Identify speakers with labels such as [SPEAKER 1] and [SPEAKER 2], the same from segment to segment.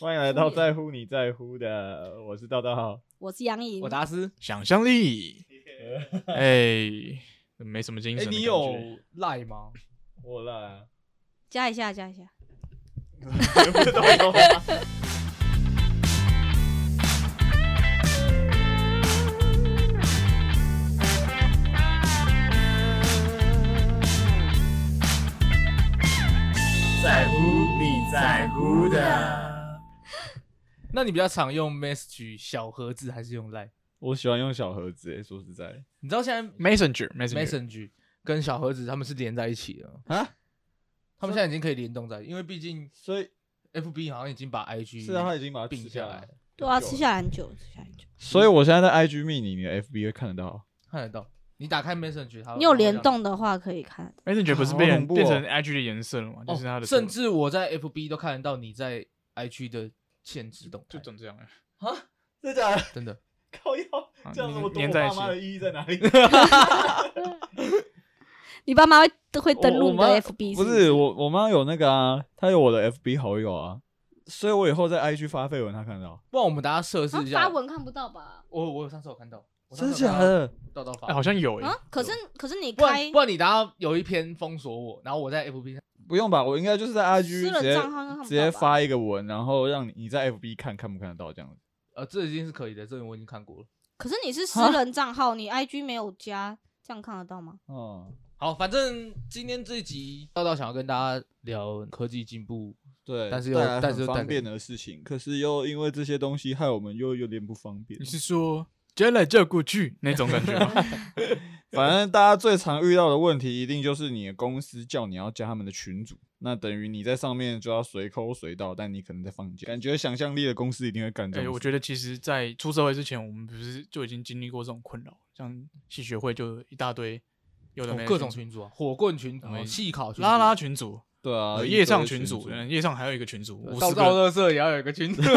[SPEAKER 1] 欢迎来到在乎你在乎的，我是道道。
[SPEAKER 2] 我是杨颖
[SPEAKER 3] 我，达
[SPEAKER 1] 哎
[SPEAKER 3] 斯，
[SPEAKER 4] 想象力，哎，没什么精
[SPEAKER 3] 哎，
[SPEAKER 4] 神的感觉。
[SPEAKER 3] 你有赖吗？
[SPEAKER 1] 我啦，
[SPEAKER 2] 加一下，加一下。
[SPEAKER 5] 在乎你在乎的。
[SPEAKER 3] 那你比较常用 message 小盒子还是用赖？
[SPEAKER 1] 我喜欢用小盒子、欸，说实在，
[SPEAKER 3] 你知道现
[SPEAKER 4] Messenger
[SPEAKER 3] 在
[SPEAKER 4] Messenger
[SPEAKER 3] message 跟小盒子他们是连在一起的，
[SPEAKER 4] 啊？
[SPEAKER 3] 他们现在已经可以联动在，因为毕竟
[SPEAKER 1] 所以
[SPEAKER 3] FB 好像已经把 IG
[SPEAKER 1] 是啊，他已经把它
[SPEAKER 3] 并
[SPEAKER 1] 吃
[SPEAKER 3] 下
[SPEAKER 1] 下
[SPEAKER 3] 来
[SPEAKER 1] 来
[SPEAKER 3] 了，，
[SPEAKER 2] 对啊，吃下来很久，吃下来很久。
[SPEAKER 1] 所以我现在在 IG 密你，你的 FB 会看得到。
[SPEAKER 3] 看得到。你打开 message，它
[SPEAKER 2] 你有联动的话可以看，
[SPEAKER 4] Messenger 不是
[SPEAKER 1] 好
[SPEAKER 4] 变
[SPEAKER 1] 恐
[SPEAKER 4] 成
[SPEAKER 1] 怖哦
[SPEAKER 4] 变成 IG 的颜色了吗？
[SPEAKER 3] 哦
[SPEAKER 4] 就是它的图，
[SPEAKER 3] 甚至我在 FB 都看得到你在 IG 的限制动
[SPEAKER 4] 就
[SPEAKER 3] 态，
[SPEAKER 4] 长这样哎。
[SPEAKER 1] 真的假的？
[SPEAKER 3] 真的。
[SPEAKER 1] 靠腰，
[SPEAKER 4] 啊
[SPEAKER 1] 这样子
[SPEAKER 4] 粘
[SPEAKER 1] 我懂
[SPEAKER 4] 粘
[SPEAKER 1] 我
[SPEAKER 4] 在一
[SPEAKER 1] 爸
[SPEAKER 4] 起
[SPEAKER 1] 妈的意义在哪 里？
[SPEAKER 2] 你爸妈会会登录
[SPEAKER 1] 我
[SPEAKER 2] 你
[SPEAKER 1] 妈
[SPEAKER 2] 的 FB，
[SPEAKER 1] 不
[SPEAKER 2] 是
[SPEAKER 1] 是我，我妈有那个啊，她有我的 FB 好友啊，所以我以后在 IG 发绯闻，她看得到。
[SPEAKER 3] 不然我们大家设置一下
[SPEAKER 2] 啊发。文看不到吧？
[SPEAKER 3] 我我有上次有看到，我上
[SPEAKER 1] 真
[SPEAKER 3] 次
[SPEAKER 1] 的
[SPEAKER 3] 有看
[SPEAKER 1] 假
[SPEAKER 3] 到？
[SPEAKER 1] 的？
[SPEAKER 3] 到到发
[SPEAKER 4] 哎，好像有哎
[SPEAKER 2] 啊。，可是可是你
[SPEAKER 3] 不
[SPEAKER 2] 开
[SPEAKER 3] 然不然你等下有一篇封锁我，然后我在 FB 上，
[SPEAKER 1] 不用吧，我应该就是在 IG
[SPEAKER 2] 私
[SPEAKER 1] 直
[SPEAKER 2] 人
[SPEAKER 1] 接
[SPEAKER 2] 账号应该看不到吧
[SPEAKER 1] 直接发一个文，然后让你你在 FB 看看不看得到这样子。
[SPEAKER 3] 呃，这已经是可以的，这个我已经看过了。
[SPEAKER 2] 可是你是
[SPEAKER 3] 啊
[SPEAKER 2] 私人账号，你 IG 没有加，这样看得到吗？
[SPEAKER 1] 哦，
[SPEAKER 3] 好，反正今天这一集道道想要跟大家聊科技进步，
[SPEAKER 1] 对，
[SPEAKER 3] 但是又
[SPEAKER 1] 带来
[SPEAKER 3] 但
[SPEAKER 1] 很
[SPEAKER 3] 是又带
[SPEAKER 1] 方
[SPEAKER 3] 给
[SPEAKER 1] 便的事情，可是又因为这些东西害我们又有点不方便
[SPEAKER 4] 你。是说叫来叫过去那种感觉吗？
[SPEAKER 1] 反正大家最常遇到的问题，一定就是你的公司叫你要加他们的群组，那等于你在上面就要随抠随到，但你可能在放假。感觉想象力的公司一定会干这
[SPEAKER 4] 哎，
[SPEAKER 1] 种
[SPEAKER 4] 我
[SPEAKER 1] 事。
[SPEAKER 4] 觉得其实，在出社会之前，我们不是就已经经历过这种困扰，像系学会就一大堆有的
[SPEAKER 3] 哦
[SPEAKER 4] 没的
[SPEAKER 3] 各种
[SPEAKER 4] 群
[SPEAKER 3] 群组啊，火棍群
[SPEAKER 4] 然后
[SPEAKER 3] 组、细考
[SPEAKER 4] 组
[SPEAKER 3] 群组、
[SPEAKER 4] 拉拉群组，
[SPEAKER 1] 对啊，
[SPEAKER 4] 呃
[SPEAKER 1] 一
[SPEAKER 4] 夜上
[SPEAKER 1] 堆
[SPEAKER 4] 群组，
[SPEAKER 1] 组
[SPEAKER 4] 嗯夜上还有一个群组，五
[SPEAKER 3] 到
[SPEAKER 4] 十
[SPEAKER 3] 到
[SPEAKER 4] 个。
[SPEAKER 3] 乐色也要有一个群组。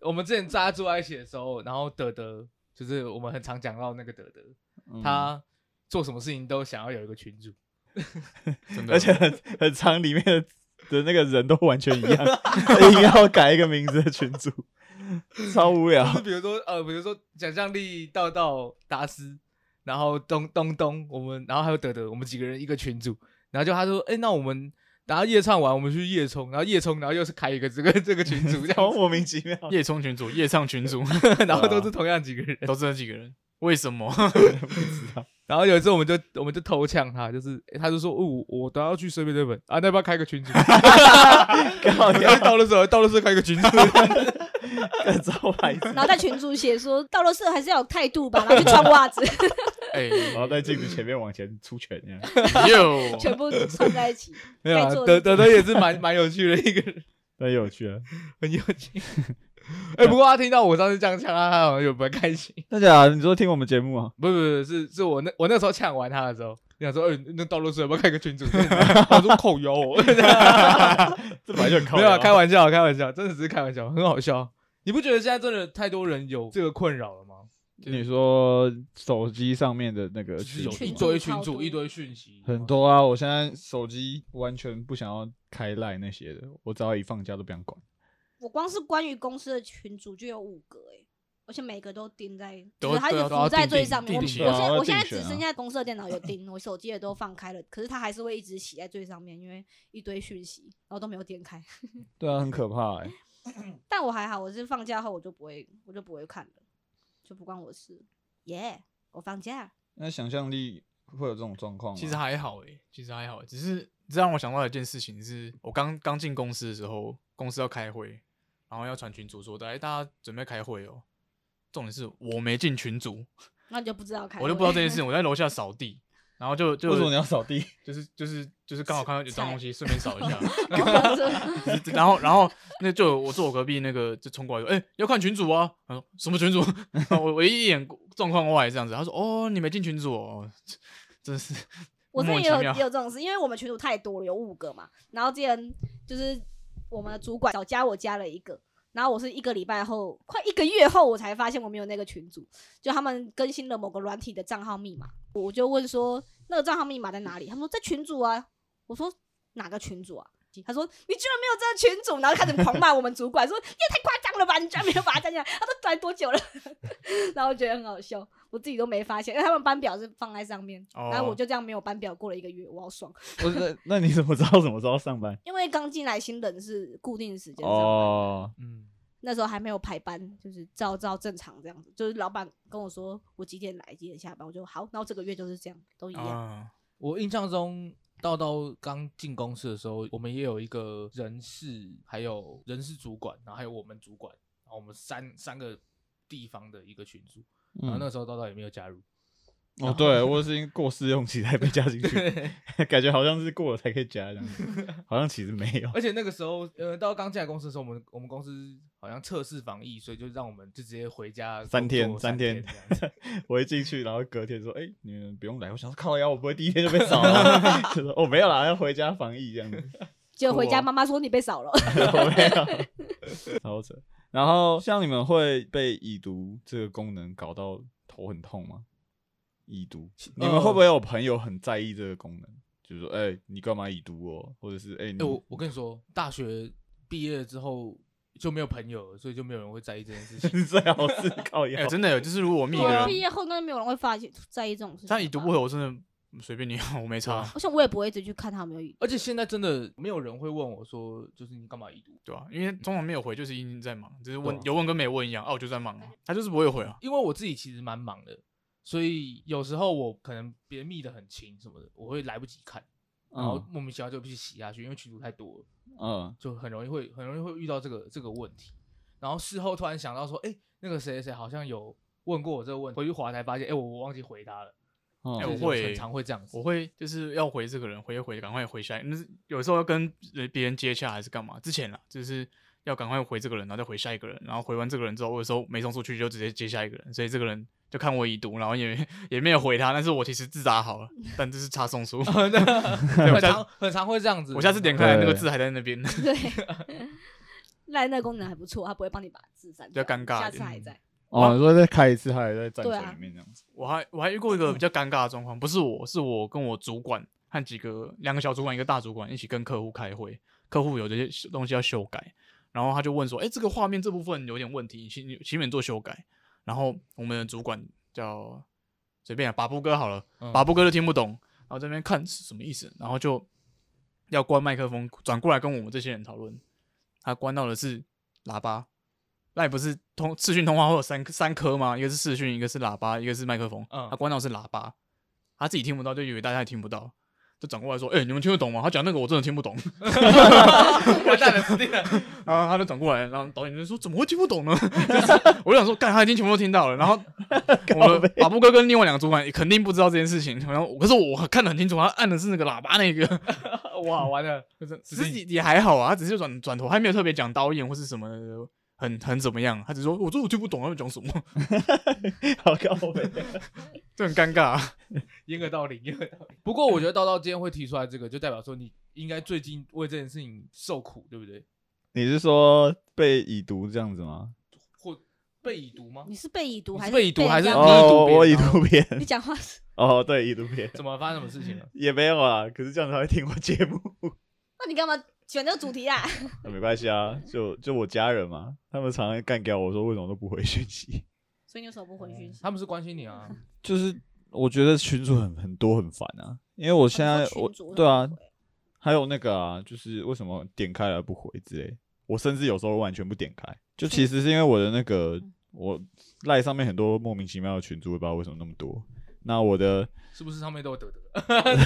[SPEAKER 3] 我们之前大家住在一起的时候，然后德德就是我们很常讲到那个德德，
[SPEAKER 1] 嗯
[SPEAKER 3] 他做什么事情都想要有一个群组，
[SPEAKER 4] 真的
[SPEAKER 1] 而且很很长，里面的的那个人都完全一 样，硬要改一个名字的群组，超无
[SPEAKER 3] 就
[SPEAKER 1] 聊
[SPEAKER 3] 是。比如说呃，比如说想象力道道达斯，然后东东东，我们然后还有德德，我们几个人一个群组，然后就他说，哎、那我们等下夜唱完，我们去夜冲，然后夜冲，然后又是开一个这个这个群 组，这
[SPEAKER 1] 超
[SPEAKER 3] 样
[SPEAKER 1] 莫名其妙，
[SPEAKER 4] 夜冲群组、夜唱群组
[SPEAKER 3] 子，然后都是同样几个人，
[SPEAKER 4] 都是那几个人，为什么？
[SPEAKER 3] 然后有一次我们就我们就偷呛他，就是、诶他就说，哦，我我等下要去随便对本啊，那要不要开个群组？
[SPEAKER 1] 搞
[SPEAKER 3] 然后到了时候到了时候开个群组，
[SPEAKER 1] 个招牌子，
[SPEAKER 2] 然后在群主写说， 到了社还是要有态度吧，然后去穿袜子，
[SPEAKER 4] 哎
[SPEAKER 1] 然后在镜子前面往前出拳这样。
[SPEAKER 4] 呦，
[SPEAKER 2] 全部串在一起。
[SPEAKER 3] 没有、啊
[SPEAKER 2] 该，做的
[SPEAKER 3] 德德德也是蛮蛮有趣的一个人，
[SPEAKER 1] 太有趣啊了，
[SPEAKER 3] 很有趣。哎、不过他听到我上次这样呛他，他好像有蛮开心。
[SPEAKER 1] 大家啊你说听我们节目啊？
[SPEAKER 3] 不是不是是是我那我那时候呛完他的时候，你想说，哎、那道路是要不要开个群组？他说扣腰、 哦，
[SPEAKER 1] 这本来就很靠
[SPEAKER 3] 没有、啊，
[SPEAKER 1] 腰
[SPEAKER 3] 开玩笑，开玩笑，真的只是开玩笑，很好笑。你不觉得现在真的太多人有这个困扰了吗？
[SPEAKER 1] 你说手机上面的那个
[SPEAKER 3] 就是
[SPEAKER 1] 群
[SPEAKER 3] 有
[SPEAKER 1] 组啊
[SPEAKER 2] 群组超
[SPEAKER 3] 一堆群组，
[SPEAKER 2] 多
[SPEAKER 3] 一堆讯息，
[SPEAKER 1] 很多啊，我现在手机完全不想要开赖那些的，我只要一放假都不想管。
[SPEAKER 2] 我光是关于公司的群组就有五个哎、而且每个都钉在，
[SPEAKER 4] 都
[SPEAKER 2] 就是它一
[SPEAKER 4] 对
[SPEAKER 2] 直
[SPEAKER 4] 啊都要
[SPEAKER 2] 浮在
[SPEAKER 4] 钉
[SPEAKER 2] 最
[SPEAKER 4] 钉
[SPEAKER 2] 上面。
[SPEAKER 4] 钉
[SPEAKER 2] 我我现
[SPEAKER 4] 起来哦
[SPEAKER 1] 对啊要
[SPEAKER 2] 我现在
[SPEAKER 1] 钉起
[SPEAKER 2] 只
[SPEAKER 1] 来啊
[SPEAKER 2] 剩下公司的电脑有钉，我手机也都放开了，可是它还是会一直洗在最上面，因为一堆讯息，然后都没有点开。
[SPEAKER 1] 对啊，很可怕哎、
[SPEAKER 2] 但我还好，我是放假后我就不会，我就不会看了，就不关我事。耶、我放假，
[SPEAKER 1] 那想象力会有这种状况吗？
[SPEAKER 4] 其实还好诶、欸其实还好、只是这让我想到一件事情是，我刚刚进公司的时候，公司要开会，然后要传群组说，哎，大家准备开会哦。重点是我没进群组，
[SPEAKER 2] 那你就不知道开会，
[SPEAKER 4] 我就不知道这 件事情，我在楼下扫地，然后就就
[SPEAKER 1] 为什么你要扫地？
[SPEAKER 4] 就是就是就是刚好看到有脏东西，顺便扫一下。
[SPEAKER 2] 道。
[SPEAKER 4] 然后，然后那就有我坐我隔壁那个就冲过来说：“哎、要看群主啊！”他说：“什么群主？”然后我我一眼状况外这样子，他说：“哦，你没进群主哦，真是
[SPEAKER 2] 我这
[SPEAKER 4] 莫名
[SPEAKER 2] 也
[SPEAKER 4] 其
[SPEAKER 2] 有
[SPEAKER 4] 妙
[SPEAKER 2] 也。有这种事，因为我们群组太多了，有五个嘛。然后之前就是我们的主管少加我加了一个，然后我是一个礼拜后，快一个月后我才发现我没有那个群组，就他们更新了某个软体的账号密码，我就问说那个账号密码在哪里？他们说在群组啊。我说哪个群组啊？他说：“你居然没有这个群主！”然后开始狂骂我们主管，说：“你也太夸张了吧！你居然没有把它加进来！他都转多久了？” 然后我觉得很好笑，我自己都没发现，因为他们班表是放在上面，然后我
[SPEAKER 4] 哦
[SPEAKER 2] 就这样没有班表过了一个月，我好爽，
[SPEAKER 1] 不是那那你怎么知道什么时候上 班？
[SPEAKER 2] 因为刚进来新人是固定时间上班，
[SPEAKER 1] 哦，
[SPEAKER 4] 嗯，
[SPEAKER 2] 那时候还没有排班，就是照照正常这样子，就是老板跟我说我几点来几点下班，我就好，然后这个月就是这样，都一样。
[SPEAKER 4] 啊，
[SPEAKER 3] 我印象中，道道刚进公司的时候，我们也有一个人事，还有人事主管，然后还有我们主管，然后我们三三个地方的一个群组。然后那
[SPEAKER 1] 嗯
[SPEAKER 3] 个时候道道也没有加 入，
[SPEAKER 1] 哦，对我是因为过试用期才被加进去，感觉好像是过了才可以加这样子， 好像其实没有。
[SPEAKER 3] 而且那个时候，呃，道道刚进来公司的时候，我们我们公司好像测试防疫，所以就让我们就直接回家
[SPEAKER 1] 三天
[SPEAKER 3] 工作
[SPEAKER 1] 三
[SPEAKER 3] 三
[SPEAKER 1] 天
[SPEAKER 3] 这样 子
[SPEAKER 1] 我一进去，然后隔天说：“哎、你们不用来。”我想说靠呀，我不会第一天就被扫了。就说：“哦，没有啦，要回家防疫这样子。
[SPEAKER 2] 结果回
[SPEAKER 1] 酷
[SPEAKER 2] 家
[SPEAKER 1] 哦
[SPEAKER 2] 妈妈说你被扫了，”
[SPEAKER 1] 我没有，超扯。然后像你们会被已读这个功能搞到头很痛吗？已读，你们
[SPEAKER 4] 呃
[SPEAKER 1] 会不会有朋友很在意这个功能？就是说，哎、你干嘛已读哦？或者是哎、你
[SPEAKER 3] 哎、我我跟你说，大学毕业之后就没有朋友了，所以就没有人会在意这件 事情。
[SPEAKER 1] 是最好是靠
[SPEAKER 4] 哎，
[SPEAKER 1] 呀，
[SPEAKER 4] 真的有，就是如果我密一个
[SPEAKER 2] 我 毕
[SPEAKER 4] 人，
[SPEAKER 2] 业后那没有人会发现在意这种事情。
[SPEAKER 4] 但已读不回，，我真的随便你，哦我没差，
[SPEAKER 3] 啊
[SPEAKER 2] 而且我也不会一直去看他有没有已读。
[SPEAKER 3] 而且现在真的没有人会问我说，就是你干嘛已读？
[SPEAKER 4] 对吧？因为通常没有回就是已经在忙，只是问
[SPEAKER 3] 对啊
[SPEAKER 4] 有问跟没问一样，哦，我就在忙啊，他就是不会回啊。
[SPEAKER 3] 因为我自己其实蛮忙的，所以有时候我可能别人密的很勤什么的，我会来不及看，然后
[SPEAKER 1] 嗯
[SPEAKER 3] 莫名其妙就必须洗下去，因为群组太多了，
[SPEAKER 1] 嗯，
[SPEAKER 3] 就很容易会很容易会遇到这个这个问题。然后事后突然想到说，哎、那个谁谁谁好像有问过我这个问题，回去划才发现，哎、我我忘记回他了。
[SPEAKER 1] 嗯
[SPEAKER 4] 哎
[SPEAKER 3] 就
[SPEAKER 4] 我
[SPEAKER 3] 是
[SPEAKER 4] 会
[SPEAKER 3] 很常会这样子，
[SPEAKER 4] 我会就是要回这个人，回一回，赶快回下一个。那是有时候要跟呃别人接洽还是干嘛？之前啦，就是要赶快回这个人，然后再回下一个人，然后回完这个人之后，我有时候没送出去就直接接下一个人，所以这个人就看我已读，然后也也没有回他，但是我其实字打好了，但这是差送
[SPEAKER 3] 哦
[SPEAKER 4] 书。
[SPEAKER 3] 很
[SPEAKER 4] 我下
[SPEAKER 3] 常很常会这样子。
[SPEAKER 4] 我下次点开来 那个字还在那边，
[SPEAKER 2] 对，赖那功能还不错，他不会帮你把字删掉，
[SPEAKER 4] 比较尴尬
[SPEAKER 2] 下
[SPEAKER 4] 一点
[SPEAKER 2] 次还在。
[SPEAKER 1] 哦，你说再开一次，他还在战
[SPEAKER 2] 对
[SPEAKER 1] 场
[SPEAKER 2] 啊
[SPEAKER 1] 里面这样子。
[SPEAKER 4] 我还我还遇过一个比较尴尬的状况，不是我，是我跟我主管和几个两个小主管一个大主管一起跟客户开会，客户有这些东西要修改，然后他就问说：“哎、这个画面这部分有点问题，请你请你们做修改。”然后我们的主管叫随便啊，把布哥好了，
[SPEAKER 3] 嗯
[SPEAKER 4] 把布哥就听不懂，然后这边看是什么意思，然后就要关麦克风，转过来跟我们这些人讨论。他关到的是喇叭，那也不是通视讯通话会有三三颗吗？一个是视讯，一个是喇叭，一个是麦克风。
[SPEAKER 3] 嗯
[SPEAKER 4] 他关到的是喇叭，他自己听不到，就以为大家也听不到，就转过来说：“哎、你们听得懂吗？”他讲那个我真的听不懂。
[SPEAKER 3] 完蛋了，死定了。
[SPEAKER 4] 然后他就转过来，然后导演就说：“怎么会听不懂呢？” 就是我就想说，干，他已经全部都听到了。然后我的马布哥跟另外两个主管也肯定不知道这件事情。然后可是我看得很清楚，他按的是那个喇叭那个，
[SPEAKER 3] 哇，完了，
[SPEAKER 4] 只是也也还好啊，他只是转转头，还没有特别讲导演或是什么的很很怎么样。他只说：“我这我听不懂他们讲什么，
[SPEAKER 1] 好靠背，
[SPEAKER 4] 就很尴尬、啊。
[SPEAKER 3] 严格道理，严格道理。不过我觉得道道今天会提出来这个，就代表说你应该最近为这件事情受苦，对不对？
[SPEAKER 1] 你是说被已读这样子吗？
[SPEAKER 3] 或被已读吗
[SPEAKER 2] 你？是被已读
[SPEAKER 3] 嗯你
[SPEAKER 2] 还
[SPEAKER 3] 是
[SPEAKER 2] 是
[SPEAKER 3] 被已读还是
[SPEAKER 2] 人家
[SPEAKER 3] 你已
[SPEAKER 2] 骂
[SPEAKER 3] 读
[SPEAKER 1] 哦，
[SPEAKER 3] 别人
[SPEAKER 1] 我已
[SPEAKER 3] 然
[SPEAKER 1] 读别人
[SPEAKER 2] 你讲话是？
[SPEAKER 1] 哦，对，已读别人
[SPEAKER 3] 怎么发生什么事情了？
[SPEAKER 1] 也没有啊，可是这样才会听我节目。
[SPEAKER 2] 那你干嘛选这个主题啊？
[SPEAKER 1] 那没关系啊，就就我家人嘛，他们常常干掉我说为什么都不回讯息，
[SPEAKER 2] 所以你为什么不回讯息？
[SPEAKER 3] 他们是关心你啊，
[SPEAKER 1] 就是我觉得群主很很多很烦啊，因为我现在、
[SPEAKER 2] 哦你说
[SPEAKER 1] 我
[SPEAKER 2] 群主
[SPEAKER 1] 对啊
[SPEAKER 2] 为什么不回，
[SPEAKER 1] 还有那个啊，就是为什么点开了不回之类，我甚至有时候完全不点开，就其实是因为我的那个
[SPEAKER 2] 嗯
[SPEAKER 1] 我赖上面很多莫名其妙的群主，我也不知道为什么那么多。那我的
[SPEAKER 3] 是不是上面都有得得？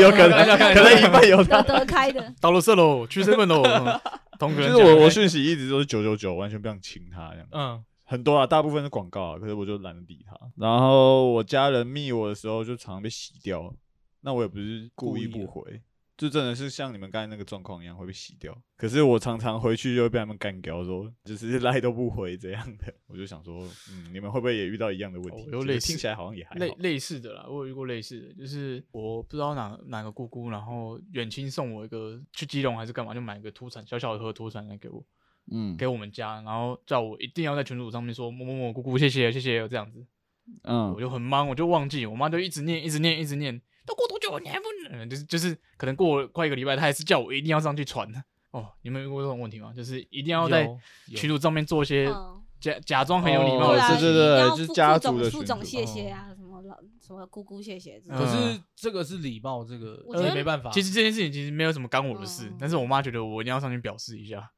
[SPEAKER 1] 有 可能
[SPEAKER 3] 看一下看一
[SPEAKER 1] 可
[SPEAKER 3] 下
[SPEAKER 1] 能一半有
[SPEAKER 2] 得
[SPEAKER 1] 他，
[SPEAKER 2] 得开 的，
[SPEAKER 4] 到了色喽，去这份喽。嗯” 同
[SPEAKER 1] 就
[SPEAKER 4] 个人
[SPEAKER 1] 是
[SPEAKER 4] 讲
[SPEAKER 1] 我
[SPEAKER 4] 哎
[SPEAKER 1] 我讯息一直都是九九九，完全不想亲他这样。
[SPEAKER 3] 嗯，
[SPEAKER 1] 很多啊，大部分是广告啊，可是我就懒得理他。然后我家人密我的时候，就常常被洗掉。那我也不是故意
[SPEAKER 3] 故意
[SPEAKER 1] 不
[SPEAKER 3] 的
[SPEAKER 1] 回，就真的是像你们刚才那个状况一样会被洗掉。可是我常常回去就会被他们干掉，说就是赖都不回这样的。 我就想说，嗯，你们会不会也遇到一样的问题？
[SPEAKER 4] 哦有
[SPEAKER 1] 就是
[SPEAKER 4] 类似
[SPEAKER 1] 听起来好像也还
[SPEAKER 4] 类
[SPEAKER 1] 好。
[SPEAKER 4] 类似的啦，我有遇过类似的，就是我不知道哪哪个姑姑，然后远亲送我一个去基隆还是干嘛，就买一个土产小小的盒土产来给我，
[SPEAKER 1] 嗯
[SPEAKER 4] 给我们家，然后叫我一定要在群组上面说某某某姑姑谢谢谢谢这样子，
[SPEAKER 1] 嗯
[SPEAKER 4] 我就很忙，我就忘记，我妈就一直念一直念一直念，都过多久了你还不嗯，就是就是可能过了快一个礼拜，他还是叫我一定要上去传。哦，你们有遇过这种问题吗？就是一定要在
[SPEAKER 3] 有有
[SPEAKER 4] 群主上面做一些
[SPEAKER 2] 嗯，
[SPEAKER 4] 假假装很有礼貌
[SPEAKER 1] 哦
[SPEAKER 2] 对
[SPEAKER 4] 的
[SPEAKER 2] 啊，
[SPEAKER 4] 事
[SPEAKER 1] 对
[SPEAKER 4] 情。
[SPEAKER 1] 对对
[SPEAKER 2] 你要
[SPEAKER 1] 就是
[SPEAKER 2] 副
[SPEAKER 1] 家
[SPEAKER 2] 副
[SPEAKER 1] 族的
[SPEAKER 2] 总副
[SPEAKER 1] 群
[SPEAKER 2] 总
[SPEAKER 1] 组
[SPEAKER 2] 谢谢啊，什么老什么姑姑谢谢之类
[SPEAKER 4] 嗯
[SPEAKER 2] 的，
[SPEAKER 3] 可是这个是礼貌，这个
[SPEAKER 2] 我
[SPEAKER 3] 这
[SPEAKER 2] 觉
[SPEAKER 3] 个
[SPEAKER 2] 得
[SPEAKER 3] 没办法。
[SPEAKER 4] 其实这件事情其实没有什么干我的事，
[SPEAKER 2] 嗯
[SPEAKER 4] 但是我妈觉得我一定要上去表示一下。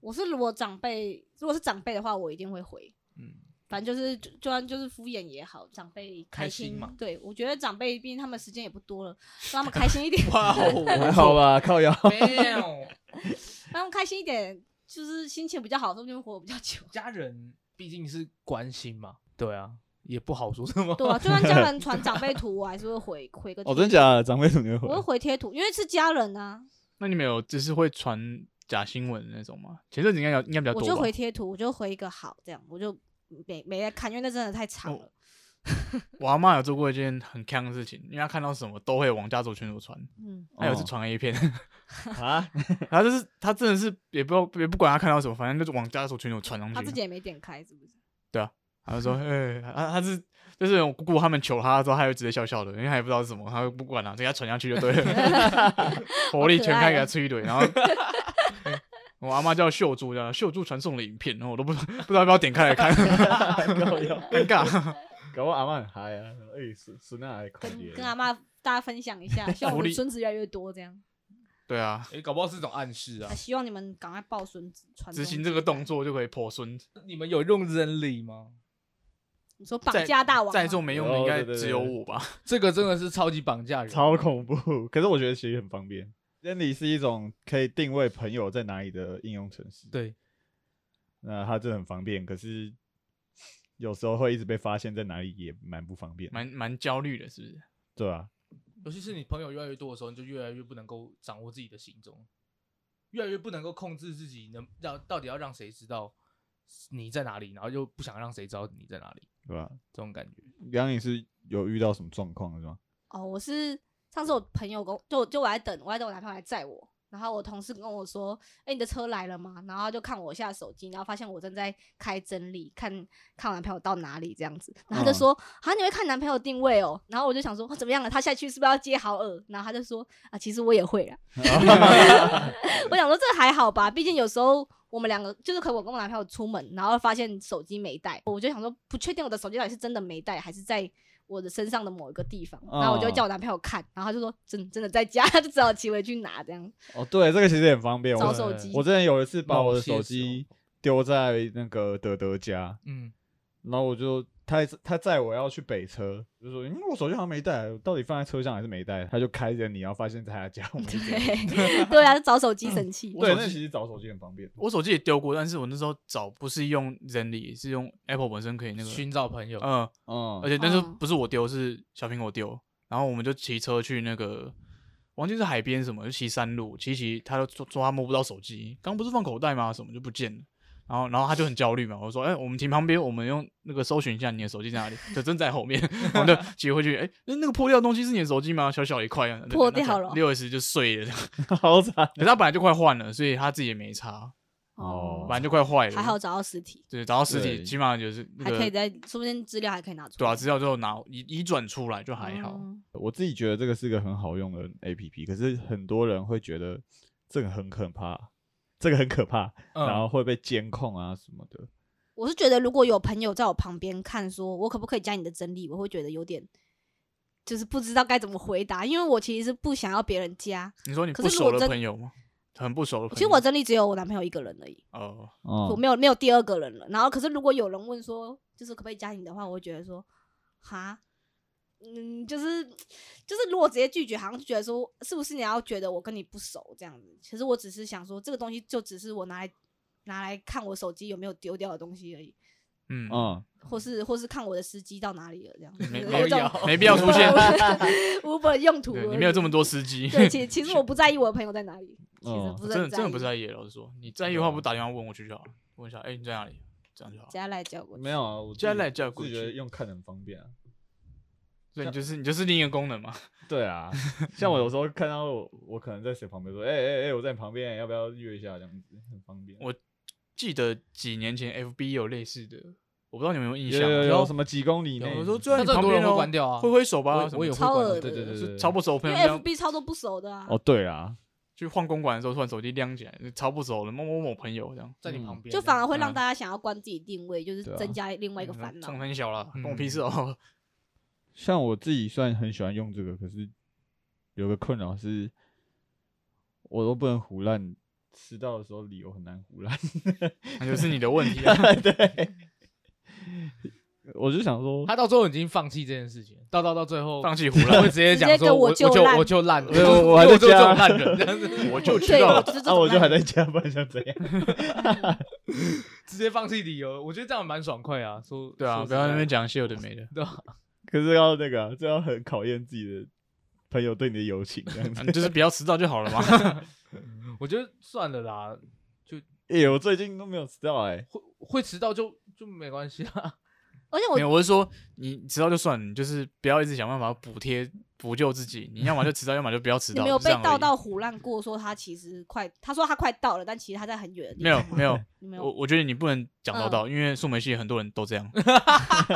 [SPEAKER 2] 我是如果长辈，如果是长辈的话，我一定会回。
[SPEAKER 3] 嗯
[SPEAKER 2] 反正就是就就算就是敷衍也好，长辈
[SPEAKER 3] 开
[SPEAKER 2] 心
[SPEAKER 3] 心嘛
[SPEAKER 2] 对我觉得长辈毕竟他们时间也不多了，让他们开心一点，
[SPEAKER 3] 哇 哦，
[SPEAKER 1] 还好吧，靠 腰。
[SPEAKER 3] 没有。
[SPEAKER 2] 让他们开心一点，就是心情比较好，说不定会活得比较久
[SPEAKER 3] 家人毕竟是关心嘛，对啊，也不好说什么。
[SPEAKER 2] 对啊，就算家人传长辈图，我还是会回回个。
[SPEAKER 1] 哦，真？假的？长辈怎么
[SPEAKER 2] 我会
[SPEAKER 1] 会？
[SPEAKER 2] 回贴图，因为是家人啊，
[SPEAKER 4] 那你们有就是会传假新闻的那种吗？前阵子应该有，应该比较
[SPEAKER 2] 我
[SPEAKER 4] 多
[SPEAKER 2] 就
[SPEAKER 4] 吧
[SPEAKER 2] 回。贴图，我就回一个好，这样我就没没在看，因为那真的太长
[SPEAKER 4] 哦
[SPEAKER 2] 了。
[SPEAKER 4] 我阿妈有做过一件很坑的事情，因为她看到什么都会往家族群组传，
[SPEAKER 2] 嗯，
[SPEAKER 4] 她有一次传 A 片，
[SPEAKER 1] 哦啊，
[SPEAKER 4] 然后就是 她真的是也不知道也不管她看到什么，反正就是往家族群组传上去。
[SPEAKER 2] 他自己也没点开，是不是？
[SPEAKER 4] 他就说，哎、他他是就是我姑姑他们求他之后，他就直接笑笑的，因为他也不知道是什么，他就不管了、直接传下去就对了，火力全开给他吃一堆，然后。哎我阿妈叫秀珠，然后秀珠传送的影片，然后我都不不知道要不要点开来看，
[SPEAKER 1] 靠 腰，
[SPEAKER 4] 尴尬。
[SPEAKER 1] 搞不好阿妈很嗨啊！哎，孙孙娜还靠
[SPEAKER 2] 跟
[SPEAKER 1] 爹
[SPEAKER 2] 跟阿妈大家分享一下， 希望我
[SPEAKER 4] 福
[SPEAKER 2] 们
[SPEAKER 4] 利
[SPEAKER 2] 孙子越来越多，这样。
[SPEAKER 4] 对啊，
[SPEAKER 3] 哎，搞不好是一种暗示啊
[SPEAKER 2] 啊，。希望你们赶快抱孙子，传
[SPEAKER 4] 执
[SPEAKER 2] 宗
[SPEAKER 4] 行这个
[SPEAKER 2] 接代
[SPEAKER 4] 动。作就可以破孙，
[SPEAKER 3] 你们有用真理吗？
[SPEAKER 2] 你说绑
[SPEAKER 4] 在
[SPEAKER 2] 架大王吗
[SPEAKER 4] 在座没用的应
[SPEAKER 1] 哦
[SPEAKER 4] 该
[SPEAKER 1] 对对对
[SPEAKER 4] 只有我吧？
[SPEAKER 3] 这个真的是超级绑架人，
[SPEAKER 1] 超恐怖。可是我觉得其实很方便。真理是一种可以定位朋友在哪里的应用程式，
[SPEAKER 3] 对，
[SPEAKER 1] 那它真的很方便。可是有时候会一直被发现在哪里，也蛮不方便的，
[SPEAKER 4] 蛮蛮焦虑的，是不是？
[SPEAKER 1] 对啊吧、
[SPEAKER 3] 尤其是你朋友越来越多的时候，你就越来越不能够掌握自己的行踪，越来越不能够控制自己能让到底要让谁知道你在哪里，然后又不想让谁知道你在哪里，
[SPEAKER 1] 对吧、
[SPEAKER 3] 这种感觉。
[SPEAKER 1] 杨颖是有遇到什么状况是吗？
[SPEAKER 2] 哦，我是上次我朋友跟我就就我在等，我在等我男朋友来载我，然后我同事跟我说：“哎、你的车来了吗？”然后他就看我一下手机，然后发现我正在开真理，看看我男朋友到哪里这样子，然后他就说：“啊，你会看男朋友定位哦？”然后我就想说：“哦、怎么样了？他下去是不是要接好饵？”然后他就说：“啊，其实我 也会啦。”
[SPEAKER 1] 啊
[SPEAKER 2] 我想说这还好吧，毕竟有时候。我们两个就是可能我跟我男朋友出门，然后发现手机没带，我就想说不确定我的手机到底是真的没带，还是在我的身上的某一个地方，然后我就
[SPEAKER 1] 哦
[SPEAKER 2] 叫我男朋友看，然后他就说真真的在家，他就只好骑回去拿这样
[SPEAKER 1] 哦，对，这个其实也很方便。
[SPEAKER 2] 找
[SPEAKER 1] 我
[SPEAKER 3] 是
[SPEAKER 2] 手机。
[SPEAKER 1] 我之前有一次把我的手
[SPEAKER 3] 某些
[SPEAKER 1] 机丢在那个德德家，
[SPEAKER 3] 嗯，
[SPEAKER 1] 然后我就他他载我要去北车，就说嗯我手机好像没带，我到底放在车上还是没带？他就开着你，然后发现在他家我没带。
[SPEAKER 2] 对 对啊，找手机神器。
[SPEAKER 1] 对，那其实找手机很方便。
[SPEAKER 4] 我手机也丢过，但是我那时候找不是用人力，是用 Apple 本身可以那个，
[SPEAKER 3] 寻找朋友，
[SPEAKER 4] 嗯，
[SPEAKER 1] 嗯
[SPEAKER 4] 而，且那时候
[SPEAKER 2] 嗯
[SPEAKER 4] 不是我丢，是小苹果丢，然后我们就骑车去那个，忘记是海边什么，就骑山路，骑骑，他就说说他摸不到手机，刚不是放口袋吗？什么就不见了。然后，然后他就很焦虑嘛。我说：“哎、我们停旁边，我们用那个搜寻一下你的手机在哪里。”就真在后面，我们就 骑回去。哎、那那个破掉的东西是你的手机吗？小小一块啊，
[SPEAKER 2] 破掉了
[SPEAKER 4] 六 S 就碎了。这样
[SPEAKER 1] 好惨。
[SPEAKER 4] 可是他本来就快换了，所以他自己也没差，
[SPEAKER 1] 哦
[SPEAKER 4] 本来就快坏了。
[SPEAKER 2] 还好，找到实体，
[SPEAKER 4] 对，找到实体，
[SPEAKER 1] 对
[SPEAKER 4] 起码就是那
[SPEAKER 2] 还可以
[SPEAKER 4] 个
[SPEAKER 2] 再，说不定资料还可以拿出来。
[SPEAKER 4] 对啊，资料就拿移移转出来就还好。
[SPEAKER 2] 嗯
[SPEAKER 1] 我自己觉得这个是个很好用的 A P P，可是很多人会觉得这个很可怕，这个很可怕，
[SPEAKER 3] 嗯
[SPEAKER 1] 然后会被监控啊什么的。
[SPEAKER 2] 我是觉得如果有朋友在我旁边看，说我可不可以加你的真理，我会觉得有点就是不知道该怎么回答，因为我其实是不想要别人加。
[SPEAKER 4] 你说你
[SPEAKER 2] 可
[SPEAKER 4] 不
[SPEAKER 2] 是如果
[SPEAKER 4] 熟的
[SPEAKER 2] 真
[SPEAKER 4] 朋友吗？很不熟的朋友。
[SPEAKER 2] 其实我真理只有我男朋友一个人而已，
[SPEAKER 4] 哦，
[SPEAKER 2] 我
[SPEAKER 1] 哦，
[SPEAKER 2] 没有没有第二个人了。然后可是如果有人问说，就是可不可以加你的话，我会觉得说，哈，嗯，就是就是如果直接拒绝，好像就觉得说是不是你要觉得我跟你不熟这样子？其实我只是想说，这个东西就只是我拿来拿来看我手机有没有丢掉的东西而已，
[SPEAKER 4] 嗯，
[SPEAKER 1] 嗯，
[SPEAKER 2] 或是或是看我的司机到哪里了这样子，
[SPEAKER 4] 没
[SPEAKER 2] 就是
[SPEAKER 4] 没
[SPEAKER 2] 有一种
[SPEAKER 3] 必要
[SPEAKER 4] 没必 要出现
[SPEAKER 2] 无本用途而
[SPEAKER 4] 对
[SPEAKER 2] 已，
[SPEAKER 4] 你没有这么多司机。
[SPEAKER 2] 对，其其实我不在意我的朋友在哪里，其实
[SPEAKER 1] 哦
[SPEAKER 2] 不
[SPEAKER 4] 我
[SPEAKER 2] 是
[SPEAKER 4] 真的
[SPEAKER 2] 很
[SPEAKER 4] 真的不在
[SPEAKER 2] 意，
[SPEAKER 4] 意，老实说，你在意的话，不打电话问我去就好了，问一下，哎，你在哪里？这样就好。
[SPEAKER 2] 加赖叫过去
[SPEAKER 1] 没有啊，我自己
[SPEAKER 4] 加赖加
[SPEAKER 1] 自
[SPEAKER 4] 过
[SPEAKER 1] 己
[SPEAKER 4] 去
[SPEAKER 1] 觉得用看得很方便啊。
[SPEAKER 4] 所以你就是你就是另一个功能嘛。
[SPEAKER 1] 对啊，像我有时候看到我，我可能在谁旁边说，哎哎哎，我在你旁边，要不要约一下？这样子很方便。
[SPEAKER 4] 我记得几年前 FB 有类似的我不知道你们有没有印
[SPEAKER 1] 有
[SPEAKER 4] 象啊。
[SPEAKER 1] 有
[SPEAKER 3] 然后
[SPEAKER 1] 有什么几公里内？
[SPEAKER 4] 我说就在
[SPEAKER 3] 那
[SPEAKER 4] 你
[SPEAKER 3] 这很
[SPEAKER 4] 旁
[SPEAKER 3] 多
[SPEAKER 4] 边
[SPEAKER 3] 人会
[SPEAKER 4] 哦，
[SPEAKER 3] 关掉啊
[SPEAKER 4] 挥挥手吧
[SPEAKER 3] 我
[SPEAKER 4] 什么的。
[SPEAKER 3] 我也会
[SPEAKER 2] 超
[SPEAKER 3] 关
[SPEAKER 2] 恶
[SPEAKER 3] 的
[SPEAKER 1] 对对对
[SPEAKER 4] 是
[SPEAKER 1] 对，
[SPEAKER 4] 超不熟的
[SPEAKER 2] 因
[SPEAKER 4] 朋
[SPEAKER 2] 为
[SPEAKER 4] 友这样
[SPEAKER 2] FB 超多不熟的啊，
[SPEAKER 1] 哦，对啦，
[SPEAKER 4] 去晃公馆的时候，突然手机亮起来，超不熟的某某某朋友这样。
[SPEAKER 3] 在你
[SPEAKER 1] 嗯
[SPEAKER 3] 旁边啊
[SPEAKER 2] 就反而会让
[SPEAKER 4] 嗯
[SPEAKER 2] 大家想要关自己定位，就是
[SPEAKER 1] 对啊
[SPEAKER 2] 增加另外一个烦恼
[SPEAKER 4] 上。很小了，关我
[SPEAKER 3] 嗯
[SPEAKER 4] 屁事哦。
[SPEAKER 1] 像我自己虽然很喜欢用这个，可是有个困扰是，我都不能胡乱。迟到的时候理由很难胡乱，
[SPEAKER 4] 那就是你的问题 啊。
[SPEAKER 1] 对，我就想说，
[SPEAKER 3] 他到最后已经放弃这件事情，到到到最后
[SPEAKER 4] 放弃胡
[SPEAKER 3] 他
[SPEAKER 4] 乱
[SPEAKER 3] 会，直接讲
[SPEAKER 2] 直接给
[SPEAKER 3] 说
[SPEAKER 2] 我
[SPEAKER 3] 我
[SPEAKER 2] 就
[SPEAKER 3] 就
[SPEAKER 2] 烂
[SPEAKER 3] 我就烂，
[SPEAKER 1] 对 我我还在
[SPEAKER 3] 就这种
[SPEAKER 1] 家
[SPEAKER 3] 烂人，这样子
[SPEAKER 4] 我就知
[SPEAKER 2] 对，
[SPEAKER 4] 道
[SPEAKER 2] 我
[SPEAKER 4] 了。
[SPEAKER 2] 就是这
[SPEAKER 1] 啊，
[SPEAKER 2] 种
[SPEAKER 1] 我就
[SPEAKER 2] 烂
[SPEAKER 1] 还在
[SPEAKER 2] 人
[SPEAKER 1] 加班，想怎样？
[SPEAKER 3] 直接放弃理由，我觉得这样蛮爽快啊。说
[SPEAKER 4] 对啊，
[SPEAKER 3] 说实
[SPEAKER 4] 不要在那边
[SPEAKER 3] 在
[SPEAKER 4] 讲一些有的没的，
[SPEAKER 3] 对啊，
[SPEAKER 1] 可是要那个啊、这要很考验自己的朋友对你的友情，这样子
[SPEAKER 4] 啊。 就是不要迟到就好了嘛。
[SPEAKER 3] 我觉得算了啦，
[SPEAKER 1] 哎、我最近都没有迟到哎、
[SPEAKER 3] 会会迟到就就没关系啦。
[SPEAKER 2] 而且
[SPEAKER 4] 没有，
[SPEAKER 2] 我
[SPEAKER 4] 我是说你迟到就算，了，你就是不要一直想办法补贴补救自己。你要么就迟到，要么就不要迟
[SPEAKER 2] 你
[SPEAKER 4] 到。
[SPEAKER 2] 没有
[SPEAKER 4] 就
[SPEAKER 2] 被
[SPEAKER 4] 这样而
[SPEAKER 2] 盗
[SPEAKER 4] 已
[SPEAKER 2] 到胡乱过，说他其实快，他说他快到了，但其实他在很远的地
[SPEAKER 4] 没有
[SPEAKER 2] 方。
[SPEAKER 4] 没有，
[SPEAKER 2] 你 没有，
[SPEAKER 4] 我我觉得你不能讲
[SPEAKER 2] 嗯
[SPEAKER 4] 到到，因为数媒系很多人都 这样，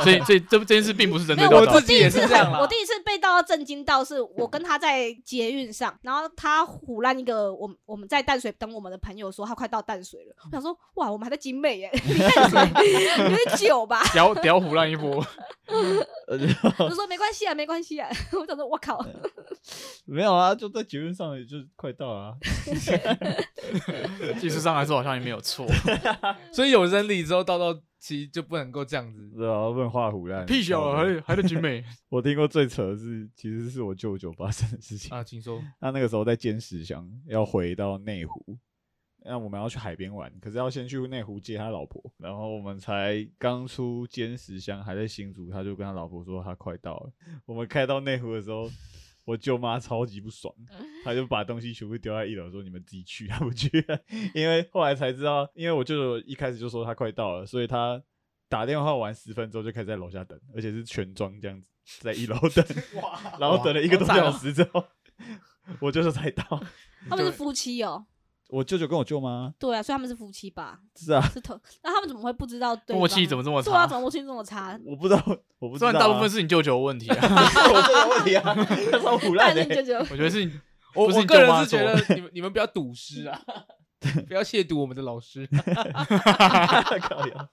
[SPEAKER 4] 所以所以这这件事并不是针
[SPEAKER 2] 没有，
[SPEAKER 4] 对到
[SPEAKER 3] 我
[SPEAKER 4] 到
[SPEAKER 3] 自
[SPEAKER 2] 我
[SPEAKER 3] 己
[SPEAKER 2] 第一
[SPEAKER 3] 也
[SPEAKER 2] 次
[SPEAKER 3] 是这样啦
[SPEAKER 2] 很，我第一次被盗到震惊到，是我跟他在捷运上，然后他胡乱一个我们我们在淡水等我们的朋友说他快到淡水了，我想说哇，我们还在景美耶，离淡水有点久 吧，
[SPEAKER 4] 屌屌胡乱一波，
[SPEAKER 2] 我就说没关系啊，没关系啊， 我想说我靠，
[SPEAKER 1] 呃没有啊，就在节目上也就快到了、 啊。
[SPEAKER 4] 技术上来说好像也没 有错，
[SPEAKER 2] 嗯
[SPEAKER 3] 所以有人理之后，到到其实就不能够这样子。
[SPEAKER 1] 对啊，问画虎烂
[SPEAKER 4] 屁小
[SPEAKER 1] 而已。
[SPEAKER 4] 还还在景美，
[SPEAKER 1] 我听过最扯的是，其实是我舅舅发生的事情。
[SPEAKER 3] 啊，请说。
[SPEAKER 1] 他那个时候在尖石乡，要回到内湖，那我们要去海边玩，可是要先去内湖接他老婆，然后我们才刚出尖石乡，还在新竹，他就跟他老婆说他快到了。我们开到内湖的时候，我舅妈超级不爽，她就把东西全部丢在一楼，说你们自己去，她不去， 因为后来才知道，因为我舅舅一开始就说他快到了，所以他。打电话玩十分钟就开始在楼下等，而且是全装这样子，在一楼等，然后等了一个多
[SPEAKER 3] 好惨
[SPEAKER 1] 小
[SPEAKER 3] 哦
[SPEAKER 1] 时之 后，我舅舅才到。
[SPEAKER 2] 他们是夫妻哦，
[SPEAKER 1] 我舅舅跟我舅妈
[SPEAKER 2] 对啊，所以他们是夫妻吧？
[SPEAKER 1] 是啊，
[SPEAKER 2] 是同，那他们怎么会不知道对
[SPEAKER 4] 默契
[SPEAKER 2] 方
[SPEAKER 4] 怎么这么
[SPEAKER 2] 对啊，
[SPEAKER 4] 差
[SPEAKER 2] 怎？么默契这么差？
[SPEAKER 1] 我不知道，我不知
[SPEAKER 4] 虽
[SPEAKER 1] 道啊、
[SPEAKER 4] 然大部分是你舅舅的问题啊，
[SPEAKER 1] 是 我舅舅问题啊，他超腐烂
[SPEAKER 2] 但
[SPEAKER 1] 的、
[SPEAKER 2] 是就觉得
[SPEAKER 4] 我觉得是你
[SPEAKER 3] 我
[SPEAKER 4] 不是
[SPEAKER 3] 我
[SPEAKER 4] 你
[SPEAKER 3] 个
[SPEAKER 4] 舅
[SPEAKER 3] 人
[SPEAKER 4] 妈
[SPEAKER 3] 是觉
[SPEAKER 4] 错
[SPEAKER 3] 得你们你们不要赌师啊，不要亵渎我们的老师。
[SPEAKER 1] 哎靠腰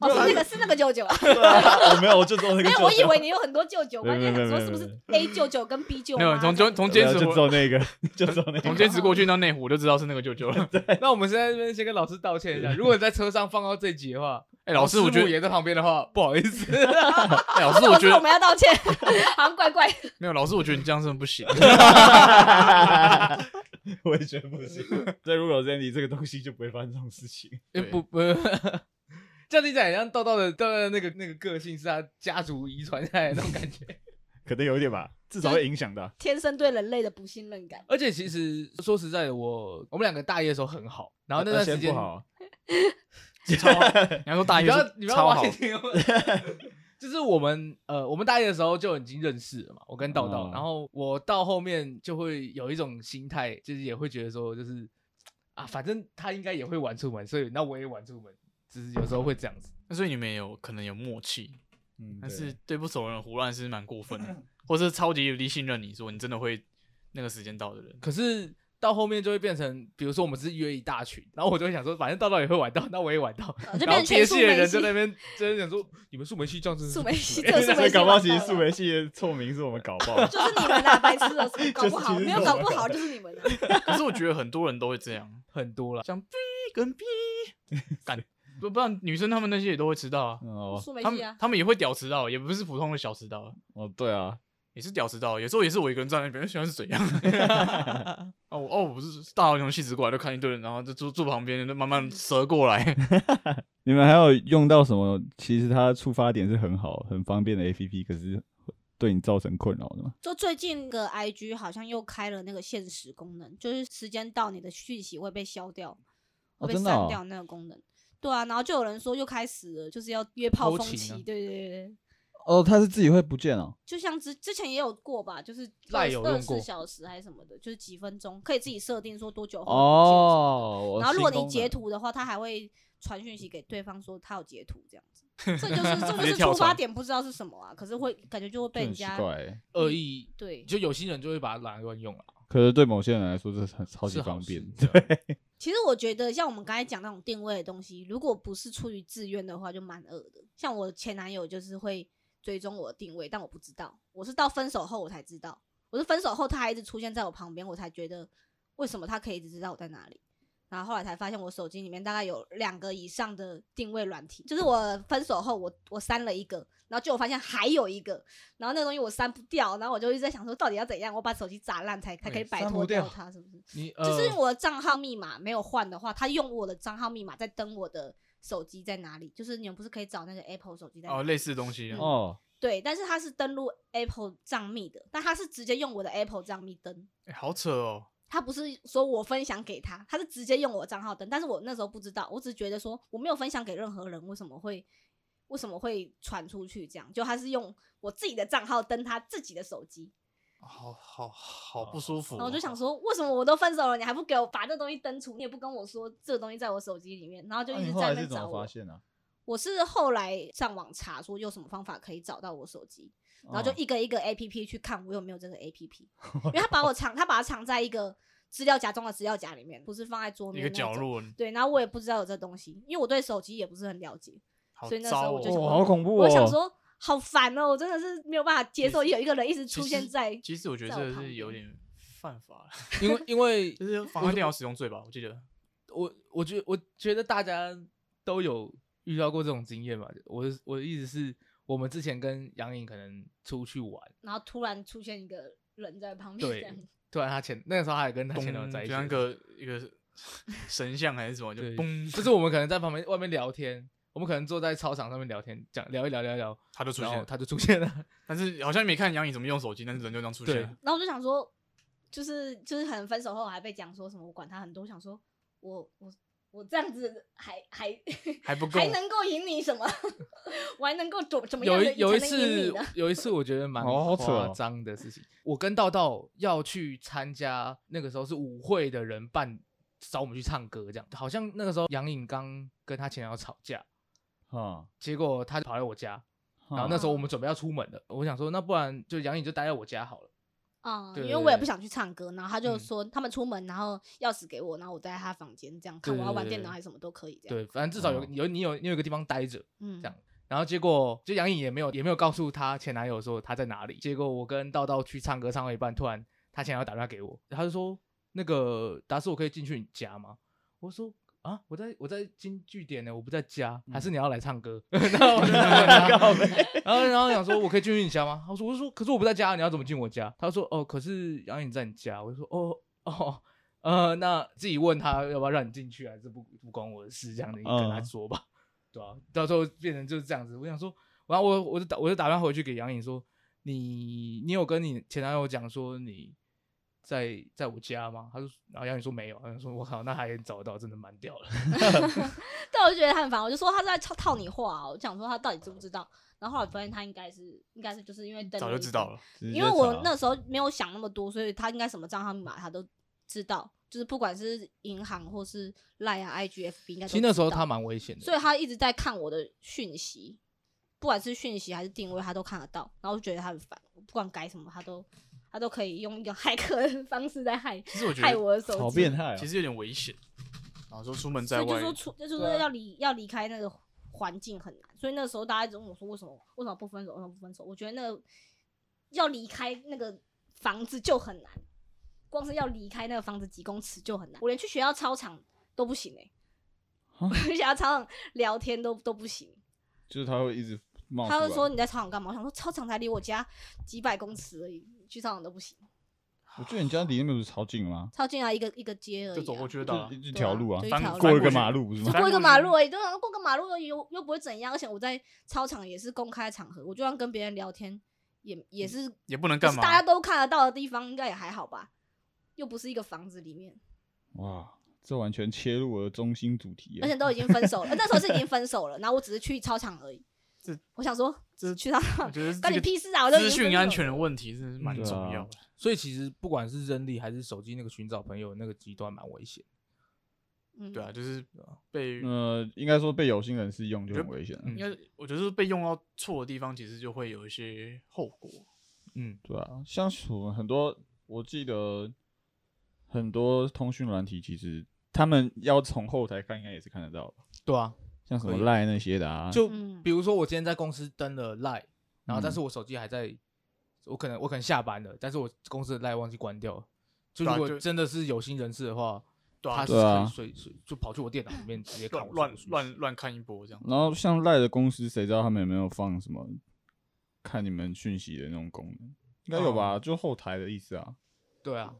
[SPEAKER 2] 哦，是那个是那个舅舅啊，
[SPEAKER 1] 对 啊我没有，我就 只有那个
[SPEAKER 2] 哎
[SPEAKER 1] 舅，舅。
[SPEAKER 2] 我以为你有很多舅舅，我
[SPEAKER 1] 没有
[SPEAKER 2] 刚才
[SPEAKER 1] 没有
[SPEAKER 2] 想说
[SPEAKER 1] 没有
[SPEAKER 2] 是不
[SPEAKER 1] 没
[SPEAKER 2] 是 A 舅舅跟 B 舅
[SPEAKER 4] 没
[SPEAKER 2] 妈
[SPEAKER 4] 有从
[SPEAKER 2] 这
[SPEAKER 4] 从
[SPEAKER 2] 样
[SPEAKER 4] 从
[SPEAKER 1] 没
[SPEAKER 4] 坚
[SPEAKER 1] 有
[SPEAKER 4] 持
[SPEAKER 1] 啊就只有那个， 就只有那
[SPEAKER 4] 从
[SPEAKER 1] 个。
[SPEAKER 4] 坚持过去到内湖就知道是那个舅舅了。
[SPEAKER 3] 那我们现在这边先跟老师道歉一下，如果你在车上放到这集的话，
[SPEAKER 4] 哎，老师，
[SPEAKER 3] 师
[SPEAKER 4] 我觉
[SPEAKER 3] 母
[SPEAKER 4] 得，
[SPEAKER 3] 也在旁边的话，不好意 思。
[SPEAKER 4] 哎，老师，我觉
[SPEAKER 2] 我
[SPEAKER 4] 得
[SPEAKER 2] 们要道 歉，好像怪怪。
[SPEAKER 4] 没有，老师，我觉得你这样真的 不行。
[SPEAKER 1] 我也觉得不行。所以如果有 Zandy 这个东西，就不会发生这种事情。
[SPEAKER 3] 哎、
[SPEAKER 4] 对
[SPEAKER 3] 不不，这样听起来像道道的道道的那个那个个性是他家族遗传下来的那种感觉。
[SPEAKER 1] 可能有一点吧，至少会影响的啊、
[SPEAKER 2] 天生对人类的不信任感。
[SPEAKER 3] 而且其实说实在的，我我们两个大一的时候很好，然后那段时
[SPEAKER 1] 呃先
[SPEAKER 3] 间
[SPEAKER 1] 不，好，
[SPEAKER 4] 超，你要说大
[SPEAKER 3] 你
[SPEAKER 4] 一
[SPEAKER 3] 不
[SPEAKER 4] 就
[SPEAKER 3] 要
[SPEAKER 4] 是
[SPEAKER 3] 你不要
[SPEAKER 4] 超好
[SPEAKER 3] 忘，记我， 就是我们呃我们大一的时候就已经认识了嘛，我跟道道，
[SPEAKER 1] 嗯
[SPEAKER 3] 然后我到后面就会有一种心态，就是也会觉得说就是啊，反正他应该也会玩出门，所以那我也玩出门，就是有时候会这样子。
[SPEAKER 4] 那所以你们也有可能有默契，
[SPEAKER 1] 嗯，
[SPEAKER 4] 但
[SPEAKER 1] 对
[SPEAKER 4] 是对不熟的人胡乱是蛮过分的，
[SPEAKER 3] 嗯
[SPEAKER 4] 或是超级有敌信任你说你真的会那个时间到的人。
[SPEAKER 3] 可是到后面就会变成，比如说我们是约一大群，然后我就会想说，反正道道也会晚到，那我也晚到，
[SPEAKER 2] 就变
[SPEAKER 3] 然后
[SPEAKER 2] 成全
[SPEAKER 3] 接
[SPEAKER 2] 数
[SPEAKER 3] 戏的
[SPEAKER 2] 媒
[SPEAKER 3] 人
[SPEAKER 2] 系
[SPEAKER 3] 在那边就是想说，你们数媒系这样真是
[SPEAKER 2] 素梅系，
[SPEAKER 3] 不
[SPEAKER 2] 这个素
[SPEAKER 1] 所
[SPEAKER 2] 梅
[SPEAKER 1] 以
[SPEAKER 2] 系
[SPEAKER 1] 搞不好
[SPEAKER 2] 完
[SPEAKER 1] 其实
[SPEAKER 2] 蛋
[SPEAKER 1] 素
[SPEAKER 2] 了。
[SPEAKER 1] 梅系的臭名是我们搞爆的
[SPEAKER 2] 就是你们啦，白痴了，搞不
[SPEAKER 1] 就是
[SPEAKER 2] 好
[SPEAKER 1] 其实
[SPEAKER 2] 没有搞不好就是你们啊。
[SPEAKER 4] 可是我觉得很多人都会 这样，
[SPEAKER 3] 很多了。
[SPEAKER 4] 像 B 跟 B，干不不然女生她们那些也都会迟到
[SPEAKER 3] 嗯
[SPEAKER 4] 啊，
[SPEAKER 1] 哦
[SPEAKER 2] 素梅
[SPEAKER 4] 她
[SPEAKER 2] 系
[SPEAKER 4] 们
[SPEAKER 2] 啊，
[SPEAKER 4] 她们也会屌迟到，也不是普通的小迟到，
[SPEAKER 1] 哦，对啊，
[SPEAKER 4] 也是屌迟到，有时候也是我一个人站在那边，喜欢 是怎样？哦我哦，我不是大老远戏子过来就看一堆人，然后就坐坐旁边，就慢
[SPEAKER 2] 嗯
[SPEAKER 4] 慢折过来。
[SPEAKER 1] 你们还有用到什么？其实它出发点是很好、很方便的 APP，可是对你造成困扰的吗？
[SPEAKER 2] 就最近个 IG 好像又开了那个限时功能，就是时间到你的讯息会被消掉，
[SPEAKER 1] 哦
[SPEAKER 2] 会被
[SPEAKER 1] 真的
[SPEAKER 2] 删
[SPEAKER 1] 哦
[SPEAKER 2] 掉那个功能。对啊，然后就有人说又开始了，就是要约炮
[SPEAKER 3] 偷
[SPEAKER 2] 风
[SPEAKER 3] 情
[SPEAKER 2] 气
[SPEAKER 3] 啊，
[SPEAKER 2] 对对对对，
[SPEAKER 1] 哦，他是自己会不见哦。
[SPEAKER 2] 就像之之前也有过吧，就是
[SPEAKER 3] 赖有
[SPEAKER 2] 二
[SPEAKER 3] 用
[SPEAKER 2] 十
[SPEAKER 3] 过
[SPEAKER 2] 四小时还是什么的，就是几分钟可以自己设定说多久后
[SPEAKER 1] 哦，我
[SPEAKER 2] 然后如果你
[SPEAKER 1] 新功
[SPEAKER 2] 截
[SPEAKER 1] 能，
[SPEAKER 2] 图的话，他还会传讯息给对方说他有截图这样 子。这就是这就
[SPEAKER 4] 直接
[SPEAKER 2] 是
[SPEAKER 4] 跳
[SPEAKER 2] 出发
[SPEAKER 4] 槽
[SPEAKER 2] 点不知道是什么啊，可是会感觉就会
[SPEAKER 1] 这
[SPEAKER 2] 被人
[SPEAKER 1] 很奇
[SPEAKER 2] 家
[SPEAKER 1] 怪欸。
[SPEAKER 2] 嗯
[SPEAKER 3] 恶意，
[SPEAKER 2] 对。
[SPEAKER 3] 就有心人就会把它拿来乱用了，
[SPEAKER 1] 可是对某些人来说，这是很超级
[SPEAKER 3] 是好
[SPEAKER 1] 方便
[SPEAKER 3] 事。啊
[SPEAKER 1] 对，
[SPEAKER 2] 其实我觉得像我们刚才讲那种定位的东西，如果不是出于自愿的话，就蛮恶的。像我前男友就是会追踪我的定位，但我不知道，我是到分手后我才知道。我是分手后他还一直出现在我旁边，我才觉得为什么他可以一直知道我在哪里。然后后来才发现，我手机里面大概有两个以上的定位软体。就是我分手后我，我删了一个，然后结果发现还有一个，然后那个东西我删不掉，然后我就一直在想说，到底要怎样，我把手机砸烂才才可以
[SPEAKER 3] 对
[SPEAKER 2] 摆
[SPEAKER 3] 删不
[SPEAKER 2] 脱掉
[SPEAKER 3] 掉
[SPEAKER 2] 它，是不是？
[SPEAKER 3] 你呃，
[SPEAKER 2] 就是我的账号密码没有换的话，他用我的账号密码在登我的手机在哪里？就是你们不是可以找那个 Apple 手机在哪里
[SPEAKER 4] 哦，类似的东西啊。
[SPEAKER 1] 哦，
[SPEAKER 2] 对，但是他是登录 Apple 账密的，但他是直接用我的 Apple 账密登，
[SPEAKER 4] 哎好扯哦，
[SPEAKER 2] 他不是说我分享给他，他是直接用我的账号登。但是我那时候不知道，我只是觉得说我没有分享给任何人，为什么会为什么会传出去这样？就他是用我自己的账号登他自己的手机，
[SPEAKER 4] 好好好不舒服哦。
[SPEAKER 2] 然后我就想说，为什么我都分手了，你还不给我把这东西登出，你也不跟我说这东西在我手机里面，然 后就
[SPEAKER 1] 那
[SPEAKER 2] 一
[SPEAKER 1] 你
[SPEAKER 2] 直
[SPEAKER 1] 后
[SPEAKER 2] 在那
[SPEAKER 1] 来是
[SPEAKER 2] 边
[SPEAKER 1] 怎
[SPEAKER 2] 找
[SPEAKER 1] 么
[SPEAKER 2] 我
[SPEAKER 1] 发。现呢？啊
[SPEAKER 2] 我是后来上网查说有什么方法可以找到我手机，然后就
[SPEAKER 1] 哦
[SPEAKER 2] 一个一个 A P P 去看我有没有这个 A P P，因为他把我藏，他把它藏在一个资料夹中的资料夹里面，不是放在桌
[SPEAKER 4] 一
[SPEAKER 2] 面
[SPEAKER 4] 个
[SPEAKER 2] 那
[SPEAKER 4] 角
[SPEAKER 2] 种。
[SPEAKER 4] 落，
[SPEAKER 2] 对，然后我也不知道有这东西，因为我对手机也不是很了解，
[SPEAKER 4] 好
[SPEAKER 2] 所以那时
[SPEAKER 4] 糟
[SPEAKER 2] 候我就想
[SPEAKER 1] 哦，
[SPEAKER 4] 哦。
[SPEAKER 1] 好恐怖哦！
[SPEAKER 2] 我想说好烦哦，我真的是没有办法接受
[SPEAKER 4] 其实
[SPEAKER 2] 有一个人一直出
[SPEAKER 4] 其
[SPEAKER 2] 现
[SPEAKER 4] 实
[SPEAKER 2] 在
[SPEAKER 4] 其实我觉得
[SPEAKER 2] 在我
[SPEAKER 4] 这个
[SPEAKER 2] 旁
[SPEAKER 4] 是有
[SPEAKER 2] 边
[SPEAKER 4] 点犯法，
[SPEAKER 3] 因为因为
[SPEAKER 4] 就是 妨碍电脑使用罪吧？我 记得。
[SPEAKER 3] 我我觉我觉得大家都有遇到过这种经验吧。我的我的意思是我们之前跟杨颖可能出去玩，
[SPEAKER 2] 然后突然出现一个人在旁边这
[SPEAKER 3] 对
[SPEAKER 2] 样。，
[SPEAKER 3] 突然他前那个时候还跟他前男友
[SPEAKER 4] 咚
[SPEAKER 3] 在一起
[SPEAKER 4] 就
[SPEAKER 3] 的时
[SPEAKER 4] 像
[SPEAKER 3] 候，
[SPEAKER 4] 一个一 个神像还是什么，就
[SPEAKER 3] 对
[SPEAKER 4] 嘣，
[SPEAKER 3] 就是我们可能在旁边外面聊天，我们可能坐在操场上面聊天，讲聊一聊聊一聊，
[SPEAKER 4] 他就出
[SPEAKER 3] 然
[SPEAKER 4] 现
[SPEAKER 3] 后
[SPEAKER 4] 了。
[SPEAKER 3] 他就出现了。
[SPEAKER 4] 但是好像没看杨颖怎么用手机，但是人就这样出现了。
[SPEAKER 2] 然后我就想说，就是就是很分手后还被讲说什么我管他很多，我想说我我我这样子还还
[SPEAKER 4] 还不够
[SPEAKER 2] 还能够赢你什么？ 我还能够怎怎么样
[SPEAKER 3] 有
[SPEAKER 2] 的
[SPEAKER 3] 一有一
[SPEAKER 2] 才能赢你
[SPEAKER 3] 次
[SPEAKER 2] 呢？，
[SPEAKER 3] 有一次 我觉得蛮
[SPEAKER 1] 哦好扯哦
[SPEAKER 3] 夸张的事情，我跟道道要去参加那个时候是舞会的人办找我们去唱歌，这样好像那个时候杨颖刚跟她前男友吵架，
[SPEAKER 1] 啊，
[SPEAKER 3] 结果她跑来我家，
[SPEAKER 1] 然
[SPEAKER 3] 然后那时候我
[SPEAKER 2] 嗯
[SPEAKER 3] 们准备要出门了，我想说那不然就杨颖就待在我家好了，
[SPEAKER 2] 啊、
[SPEAKER 3] 对
[SPEAKER 2] 因
[SPEAKER 3] 对
[SPEAKER 2] 为我也
[SPEAKER 3] 对
[SPEAKER 2] 不想去唱歌，然后他就
[SPEAKER 3] 嗯
[SPEAKER 2] 说他们出门，然后钥匙给我，然后我在他房间这样看，
[SPEAKER 3] 对
[SPEAKER 2] 我要
[SPEAKER 3] 对
[SPEAKER 2] 玩
[SPEAKER 3] 对
[SPEAKER 2] 电脑
[SPEAKER 3] 对
[SPEAKER 2] 还是什么都可以这样。
[SPEAKER 3] 对，反正至少有
[SPEAKER 1] 哦
[SPEAKER 3] 有你有你有一个地方待着，
[SPEAKER 2] 嗯，
[SPEAKER 3] 这样然后结果就杨颖也没有也没有告诉她前男友说她在哪里。结果我跟道道去唱歌唱到一半，突然她前男友打电话给我，他就说那个达斯，我可以进去你家吗？我说。啊！我在我在京剧点呢，我不在家，还是你要来唱歌？ 然后我 就打给他然后然后想说我可以进去你家吗？他说我就说可是我不在家，你要怎么进我家？他说哦，可是杨颖在你家。我就说哦哦呃，那自己问他要不要让你进去，还是不不关我的事这样的，你跟他
[SPEAKER 1] 嗯
[SPEAKER 3] 说吧。对啊，到时候变成就是这样子。我想说，然后我我就打我就打算回去给杨颖说，你你有跟你前男友讲说你在在我家吗？他就然后杨颖说没有，他就说我靠，那还找得到，真的蛮屌 的。
[SPEAKER 2] 但我就觉得他很烦，我就说他是在套套你话、啊，我想说他到底知不知道。然后后来发现他应该是应该是就是因为登
[SPEAKER 4] 早
[SPEAKER 2] 录
[SPEAKER 4] 就
[SPEAKER 2] 一堆
[SPEAKER 4] 知道了，
[SPEAKER 2] 因为我那时候没有想那么多，所以他应该什么账号密码他都知道，就是不管是银行或是 Line 啊、IGFB，应该都
[SPEAKER 3] 其实那时候
[SPEAKER 2] 知道
[SPEAKER 3] 他，蛮危险的，
[SPEAKER 2] 所以他一直在看我的讯息，不管是讯息还是定位，他都看得到，然后我就觉得他很烦，我不管改什么，他都他都可以用一个 骇客的方式在害
[SPEAKER 4] 其实我觉
[SPEAKER 2] 害
[SPEAKER 4] 得
[SPEAKER 2] 我的手
[SPEAKER 1] 好
[SPEAKER 2] 机
[SPEAKER 1] 变，态哦，
[SPEAKER 4] 其实有点危险。然后哦说出门
[SPEAKER 2] 所
[SPEAKER 4] 在
[SPEAKER 2] 以就
[SPEAKER 4] 外，
[SPEAKER 2] 说出，就是
[SPEAKER 3] 对
[SPEAKER 2] 说
[SPEAKER 3] 啊
[SPEAKER 2] 要离要离开那个环境很难，所以那时候大家一直问我说为什么为什么不分手，为什么不分手？我觉得那个要离开那个房子就很难，光是要离开那个房子几公尺就很难，我连去学校操场都不行哎、我 去学校操场聊天都都不行，
[SPEAKER 1] 就是他会一直冒出来。
[SPEAKER 2] 他就说你在操场干嘛？我想说操场才离我家几百公尺而已，去操场都不行，
[SPEAKER 1] 我觉得你家离那边不是超近吗？
[SPEAKER 2] 超近啊一个一个街而已、啊，
[SPEAKER 4] 就走过去就到
[SPEAKER 1] 就
[SPEAKER 4] 了。
[SPEAKER 1] 一一条路啊
[SPEAKER 2] 对，啊
[SPEAKER 4] 翻
[SPEAKER 2] 就一条路
[SPEAKER 1] 过一个
[SPEAKER 4] 去
[SPEAKER 1] 马路不是
[SPEAKER 2] 就
[SPEAKER 1] 吗？
[SPEAKER 2] 过一个
[SPEAKER 4] 翻过去
[SPEAKER 2] 马路而已，对啊，过个马路而已又又不会怎样，而且我在操场也是公开场合，我就算跟别人聊天，也也是
[SPEAKER 4] 也不能
[SPEAKER 2] 就
[SPEAKER 4] 嗯干
[SPEAKER 2] 是
[SPEAKER 4] 嘛。
[SPEAKER 2] 大家都看得到的地方，应该也还好吧，又不是一个房子里面，
[SPEAKER 1] 哇，这完全切入我的中心主题耶。
[SPEAKER 2] 而且都已经分手了，呃那时候是已经分手了，然后我只是去操场而已，
[SPEAKER 4] 这
[SPEAKER 2] 我想说
[SPEAKER 4] 这
[SPEAKER 2] 去他那
[SPEAKER 4] 我觉得是
[SPEAKER 2] 关你
[SPEAKER 4] 这个
[SPEAKER 2] 屁事啊！我都已
[SPEAKER 4] 资
[SPEAKER 2] 经分
[SPEAKER 4] 讯
[SPEAKER 2] 手
[SPEAKER 4] 安全
[SPEAKER 2] 了
[SPEAKER 4] 的问题真的是蛮
[SPEAKER 1] 嗯对
[SPEAKER 4] 重
[SPEAKER 1] 啊
[SPEAKER 4] 要的。
[SPEAKER 3] 所以其实不管是人力还是手机那个寻找朋友那个极端蛮危险。
[SPEAKER 2] 嗯
[SPEAKER 4] 对啊，就是被
[SPEAKER 1] 呃，应该说被有心人士用就很危险了，
[SPEAKER 3] 嗯
[SPEAKER 4] 应该我觉得是被用到错的地方，其实就会有一些后果。
[SPEAKER 3] 嗯，
[SPEAKER 1] 对啊，像我们很多，我记得很多通讯软体，其实他们要从后台看，应该也是看得到的，
[SPEAKER 3] 对啊，
[SPEAKER 1] 像什
[SPEAKER 3] 可
[SPEAKER 1] 么
[SPEAKER 3] 以
[SPEAKER 1] 赖那些的啊，
[SPEAKER 3] 就
[SPEAKER 2] 嗯
[SPEAKER 3] 比如说我今天在公司登了 Line，然后但
[SPEAKER 1] 嗯
[SPEAKER 3] 是我手机还在，我可能我可能下班了，但是我公司的 Line 忘记关掉了。就
[SPEAKER 4] 对啊
[SPEAKER 3] 如果
[SPEAKER 4] 就
[SPEAKER 3] 真的是有心人士的话，
[SPEAKER 4] 对啊
[SPEAKER 3] 他是
[SPEAKER 1] 对
[SPEAKER 3] 可
[SPEAKER 1] 啊
[SPEAKER 3] 以随随就跑去我电脑里面直接看
[SPEAKER 4] 乱
[SPEAKER 3] 我
[SPEAKER 4] 乱
[SPEAKER 3] 什么
[SPEAKER 4] 乱
[SPEAKER 3] 讯息
[SPEAKER 4] 乱看一波这样。
[SPEAKER 1] 然后像赖的公司，谁知道他们有没有放什么看你们讯息的那种功能？应该有
[SPEAKER 3] 哦
[SPEAKER 1] 吧，就后台的意思啊。
[SPEAKER 3] 对啊，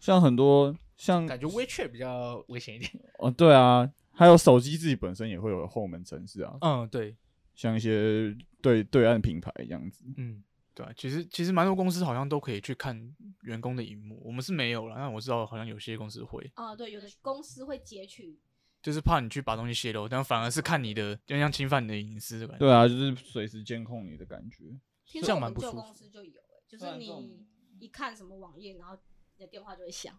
[SPEAKER 1] 像很多
[SPEAKER 4] 嗯
[SPEAKER 1] 像
[SPEAKER 3] 感觉 WeChat 比较危险一点。
[SPEAKER 1] 哦，对啊，还有手机自己本身也会有后门城市啊，
[SPEAKER 3] 嗯，对，
[SPEAKER 1] 像一些对对岸品牌这样子。
[SPEAKER 3] 嗯，
[SPEAKER 4] 对啊，其实其实蛮多公司好像都可以去看员工的荧幕，我们是没有了，但我知道好像有些公司会，
[SPEAKER 2] 啊，对，有的公司会截取，
[SPEAKER 4] 就是怕你去把东西泄露，但反而是看你的，就像侵犯你的隐私的感觉。
[SPEAKER 1] 对啊，就是随时监控你的感觉。
[SPEAKER 2] 听
[SPEAKER 3] 这
[SPEAKER 2] 说
[SPEAKER 3] 样
[SPEAKER 2] 我
[SPEAKER 3] 蛮
[SPEAKER 2] 们
[SPEAKER 3] 不
[SPEAKER 2] 旧
[SPEAKER 3] 舒
[SPEAKER 2] 公
[SPEAKER 3] 服
[SPEAKER 2] 司就有、欸，就
[SPEAKER 3] 对啊
[SPEAKER 2] 是
[SPEAKER 3] 这种
[SPEAKER 2] 你一看什么网页，然后你的电话就会响，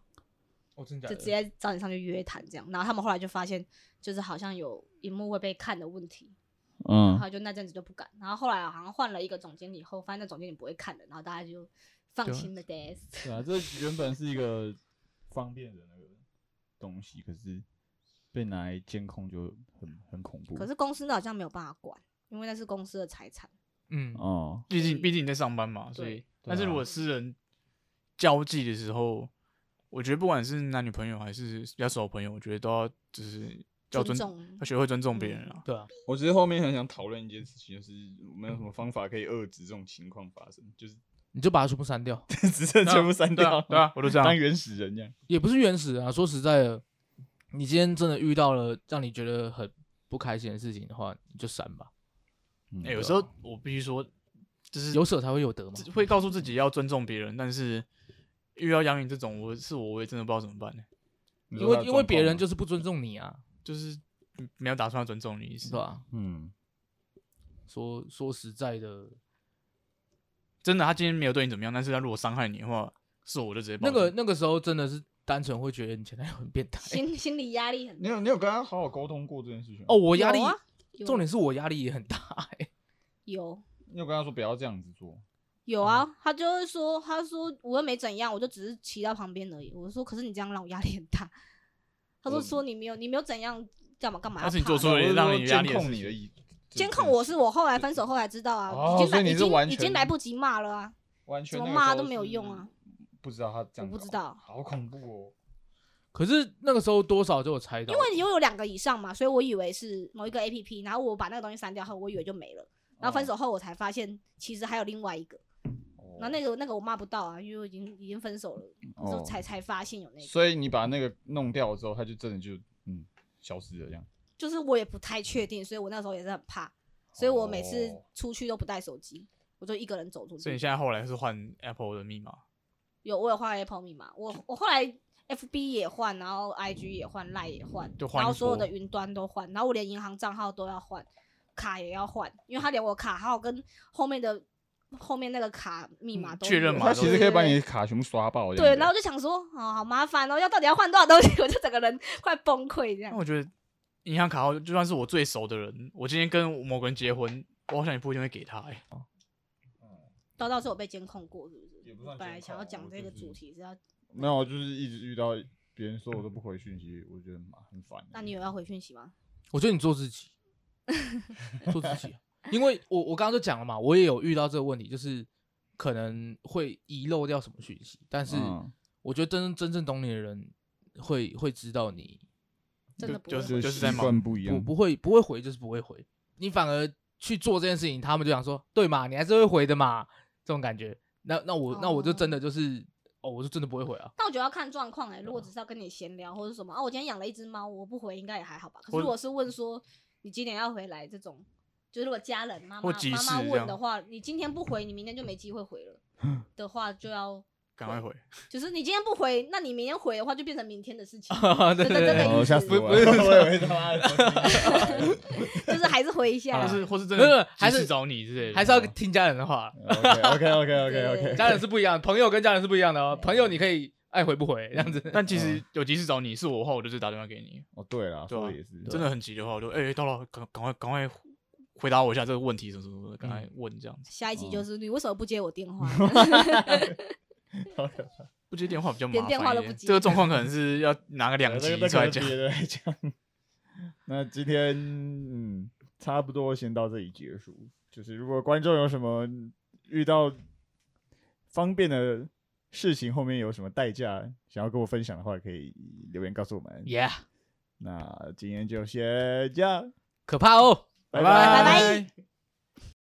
[SPEAKER 3] 哦，真的
[SPEAKER 2] 就直接找你上去约谈这样。然后他们后来就发现，就是好像有荧幕会被看的问题，然
[SPEAKER 1] 嗯，
[SPEAKER 2] 后就那阵子就不敢。然后后来好像换了一个总监以后，发现那总监你不会看的，然后大家就放
[SPEAKER 4] 对啊
[SPEAKER 2] 心了 d
[SPEAKER 1] 对啊，这原本是一个方便的那个东西，可是被拿来监控就很很恐怖。
[SPEAKER 2] 可是公司的好像没有办法管，因为那是公司的财产。
[SPEAKER 3] 嗯，
[SPEAKER 1] 哦，
[SPEAKER 4] 毕竟毕竟你在上班嘛，所以
[SPEAKER 2] 对。啊
[SPEAKER 4] 但是如果私人交际的时候，我觉得不管是男女朋友还是比较熟的朋友，我觉得都要就是要
[SPEAKER 2] 尊
[SPEAKER 4] 尊
[SPEAKER 2] 重嗯
[SPEAKER 4] 要学会尊重别人啊。
[SPEAKER 3] 对啊，
[SPEAKER 1] 我其实后面很想讨论一件事情，就是我们有什么方法可以遏制这种情况发生，就是
[SPEAKER 3] 你就把它全部删掉，
[SPEAKER 1] 只剩 全部删
[SPEAKER 4] 对
[SPEAKER 1] 掉
[SPEAKER 4] 啊，，对啊，我都这
[SPEAKER 1] 当
[SPEAKER 4] 样。
[SPEAKER 1] 原始人这样。
[SPEAKER 3] 也不是原始啊。说实在的，你今天真的遇到了让你觉得很不开心的事情的话，你就删吧，
[SPEAKER 1] 嗯
[SPEAKER 4] 哎，
[SPEAKER 1] 啊
[SPEAKER 4] 有时候我必须说，就是
[SPEAKER 3] 有舍才会有得嘛。
[SPEAKER 4] 自会告诉自己要尊重别人，但是遇到杨颖这种，我是我，我也真的不知道怎么办呢、
[SPEAKER 1] 你
[SPEAKER 3] 因
[SPEAKER 1] 说他的
[SPEAKER 3] 为因为
[SPEAKER 1] 状况
[SPEAKER 3] 别人
[SPEAKER 1] 吗
[SPEAKER 3] 就是不尊重你啊，
[SPEAKER 4] 就是没有打算要尊重你意
[SPEAKER 3] 是
[SPEAKER 4] 思，
[SPEAKER 3] 吧？
[SPEAKER 1] 嗯，
[SPEAKER 3] 说说实在的，
[SPEAKER 4] 真的，他今天没有对你怎么样，但是他如果伤害你的话，是我就直接报
[SPEAKER 3] 那
[SPEAKER 4] 警
[SPEAKER 3] 个那个时候真的是单纯会觉得你前男友很变态。
[SPEAKER 2] 心心理压力很
[SPEAKER 1] 你有你有跟他好好沟通过这件事情吗
[SPEAKER 3] 哦，，我压力
[SPEAKER 2] 有，啊有
[SPEAKER 3] 重点是我压力也很大欸
[SPEAKER 2] 有
[SPEAKER 1] 你有跟他说不要这样子做，
[SPEAKER 2] 有啊，他就是说，他说我又没怎样，我就只是骑到旁边而已。我说，可是你这样让我压力很大。他说，说你没有，你没有怎样，干嘛干嘛要
[SPEAKER 4] 但
[SPEAKER 2] 怕？
[SPEAKER 4] 是你做出了让你压
[SPEAKER 1] 监
[SPEAKER 4] 力的事
[SPEAKER 1] 控
[SPEAKER 4] 情
[SPEAKER 1] 你的意
[SPEAKER 2] 监控我是我后来分手后才知道啊，
[SPEAKER 1] 哦
[SPEAKER 2] 已经
[SPEAKER 1] 所
[SPEAKER 2] 来
[SPEAKER 1] 以你
[SPEAKER 2] 已
[SPEAKER 1] 是
[SPEAKER 2] 经
[SPEAKER 1] 完
[SPEAKER 2] 已
[SPEAKER 1] 全
[SPEAKER 2] 经来不及骂了啊。
[SPEAKER 1] 完全
[SPEAKER 2] 怎么
[SPEAKER 1] 那个时
[SPEAKER 2] 骂
[SPEAKER 1] 候
[SPEAKER 2] 都没有
[SPEAKER 1] 是
[SPEAKER 2] 用啊，
[SPEAKER 1] 不知道他这样搞，
[SPEAKER 2] 我不知道
[SPEAKER 1] 好恐怖哦。
[SPEAKER 3] 可是那个时候多少就有猜到，
[SPEAKER 2] 因为你又有两个以上嘛，所以我以为是某一个 A P P，然后我把那个东西删掉后，我以为就没了。然后分手后，我才发现其实还有另外一个。
[SPEAKER 1] 哦，
[SPEAKER 2] 然后那个那个我骂不到啊，因为我已经已经分手了，之后
[SPEAKER 1] 哦
[SPEAKER 2] 才才发现有那个。
[SPEAKER 1] 所以你把那个弄掉之后，他就真的就嗯消失了这样。
[SPEAKER 2] 就是我也不太确定，所以我那时候也是很怕，所以我每次
[SPEAKER 1] 哦
[SPEAKER 2] 出去都不带手机，我就一个人走出
[SPEAKER 4] 所以你
[SPEAKER 2] 去。
[SPEAKER 4] 现在后来是换 Apple 的密码，
[SPEAKER 2] 有我有换 Apple 密码，我我后来 FB 也换，然后 IG 也换，Line 也换
[SPEAKER 4] 就，换一
[SPEAKER 2] 然后所有
[SPEAKER 4] 波
[SPEAKER 2] 的云端都换，然后我连银行账号都要换，卡也要换，因为他连我卡号跟后面的后面那个卡密码
[SPEAKER 4] 嗯
[SPEAKER 2] 都
[SPEAKER 4] 确认
[SPEAKER 2] 有
[SPEAKER 4] 码
[SPEAKER 1] 他
[SPEAKER 4] 都
[SPEAKER 1] 其实可以把你的卡全部刷爆这样
[SPEAKER 2] 对，
[SPEAKER 1] 子。
[SPEAKER 2] 然后我就想说，哦，好麻烦哦，要到底要换多少东西，我 就整个人快崩溃这样
[SPEAKER 4] 那。我觉得银行卡号就算是我最熟的人，我今天跟某个人结婚，我好像也不一定会给他、欸。
[SPEAKER 2] 到到是有被监控过，是不是？
[SPEAKER 1] 也不
[SPEAKER 2] 我
[SPEAKER 1] 算
[SPEAKER 2] 本来
[SPEAKER 1] 监
[SPEAKER 2] 想
[SPEAKER 1] 控
[SPEAKER 2] 要
[SPEAKER 1] 啊
[SPEAKER 2] 讲
[SPEAKER 1] 我
[SPEAKER 2] 这
[SPEAKER 1] 就
[SPEAKER 2] 个
[SPEAKER 1] 是
[SPEAKER 2] 主题是要，
[SPEAKER 1] 没有，就是一直遇到别人说我都不回讯息，我觉得蛮很烦。
[SPEAKER 2] 那你有要回讯息吗？
[SPEAKER 3] 我觉得你做 自己，做自己啊、因为我我刚刚就讲了嘛，我也有遇到这个问题，就是可能会遗漏掉什么讯息，但是
[SPEAKER 1] 嗯
[SPEAKER 3] 我觉得真真正懂你的人会会知道你
[SPEAKER 2] 真的不
[SPEAKER 4] 就
[SPEAKER 2] 会
[SPEAKER 4] 是
[SPEAKER 2] 回
[SPEAKER 4] 就是在
[SPEAKER 1] 习
[SPEAKER 4] 忙
[SPEAKER 1] 惯不一
[SPEAKER 3] 不
[SPEAKER 1] 样，
[SPEAKER 3] 不 会不会回就是不会回，你反而去做这件事情，他们就想说，对嘛，你还是会回的嘛，这种感觉。那那我、那我就真的就是哦，我就真的不会回啊。
[SPEAKER 2] 但我觉得要看状况哎，如
[SPEAKER 4] 啊
[SPEAKER 2] 果只是要跟你闲聊或者什么啊，我今天养了一只猫，我不回应该也还好吧。可是
[SPEAKER 4] 或
[SPEAKER 2] 如果是问说你几点要回来这种，就是如果家人妈妈
[SPEAKER 4] 或急
[SPEAKER 2] 妈
[SPEAKER 4] 事
[SPEAKER 2] 妈
[SPEAKER 4] 这
[SPEAKER 2] 问
[SPEAKER 4] 样
[SPEAKER 2] 的话，你今天不回，你明天就没机会回了的话，就要
[SPEAKER 4] 赶快回。
[SPEAKER 2] 就是你今天不回，那你明天回的话，就变成明天的 事情。
[SPEAKER 3] 对
[SPEAKER 2] 真的真的
[SPEAKER 1] 哦，
[SPEAKER 2] 意
[SPEAKER 1] 吓
[SPEAKER 2] 思
[SPEAKER 1] 死我
[SPEAKER 3] 不是
[SPEAKER 1] 了！
[SPEAKER 3] 不是
[SPEAKER 1] 我以为他妈 的
[SPEAKER 2] 就是还是回一下
[SPEAKER 4] 或
[SPEAKER 2] 啦。
[SPEAKER 4] 是或是真
[SPEAKER 3] 没有没有
[SPEAKER 4] 的
[SPEAKER 3] 还
[SPEAKER 4] 及时
[SPEAKER 3] 是
[SPEAKER 4] 找你之类的，
[SPEAKER 3] 还是要听家人的话。
[SPEAKER 1] 哦 OK OK OK
[SPEAKER 2] 对
[SPEAKER 1] OK
[SPEAKER 3] 家人是不一样的，朋友跟家人是不一样的哦。朋友你可以爱回不回这样子，
[SPEAKER 4] 但其实有及时找你是我的话，我就是打电话给你。
[SPEAKER 1] 哦，对了，
[SPEAKER 4] 对啊
[SPEAKER 1] 说的也是
[SPEAKER 4] 真的很急的话，我就哎、到了，赶赶快赶快回答我一下这个问题什么什么什么的，
[SPEAKER 3] 嗯
[SPEAKER 4] 赶快问这样子。
[SPEAKER 2] 下一集就是你为什么不接我电话？
[SPEAKER 1] 好可怕
[SPEAKER 4] 不接电话比较麻烦一点，
[SPEAKER 2] 连电话都不接
[SPEAKER 4] 这个状况可能是要拿个两集
[SPEAKER 1] 这个
[SPEAKER 4] 出来讲
[SPEAKER 1] 这。个可能别的来讲。那今天嗯，差不多先到这里结束。就是如果观众有什么遇到方便的事情，后面有什么代价想要跟我分享的话，可以留言告诉我们。
[SPEAKER 3] Yeah，
[SPEAKER 1] 那今天就先这样，
[SPEAKER 3] 可怕哦。
[SPEAKER 1] 拜
[SPEAKER 2] 拜拜
[SPEAKER 1] 拜
[SPEAKER 2] 拜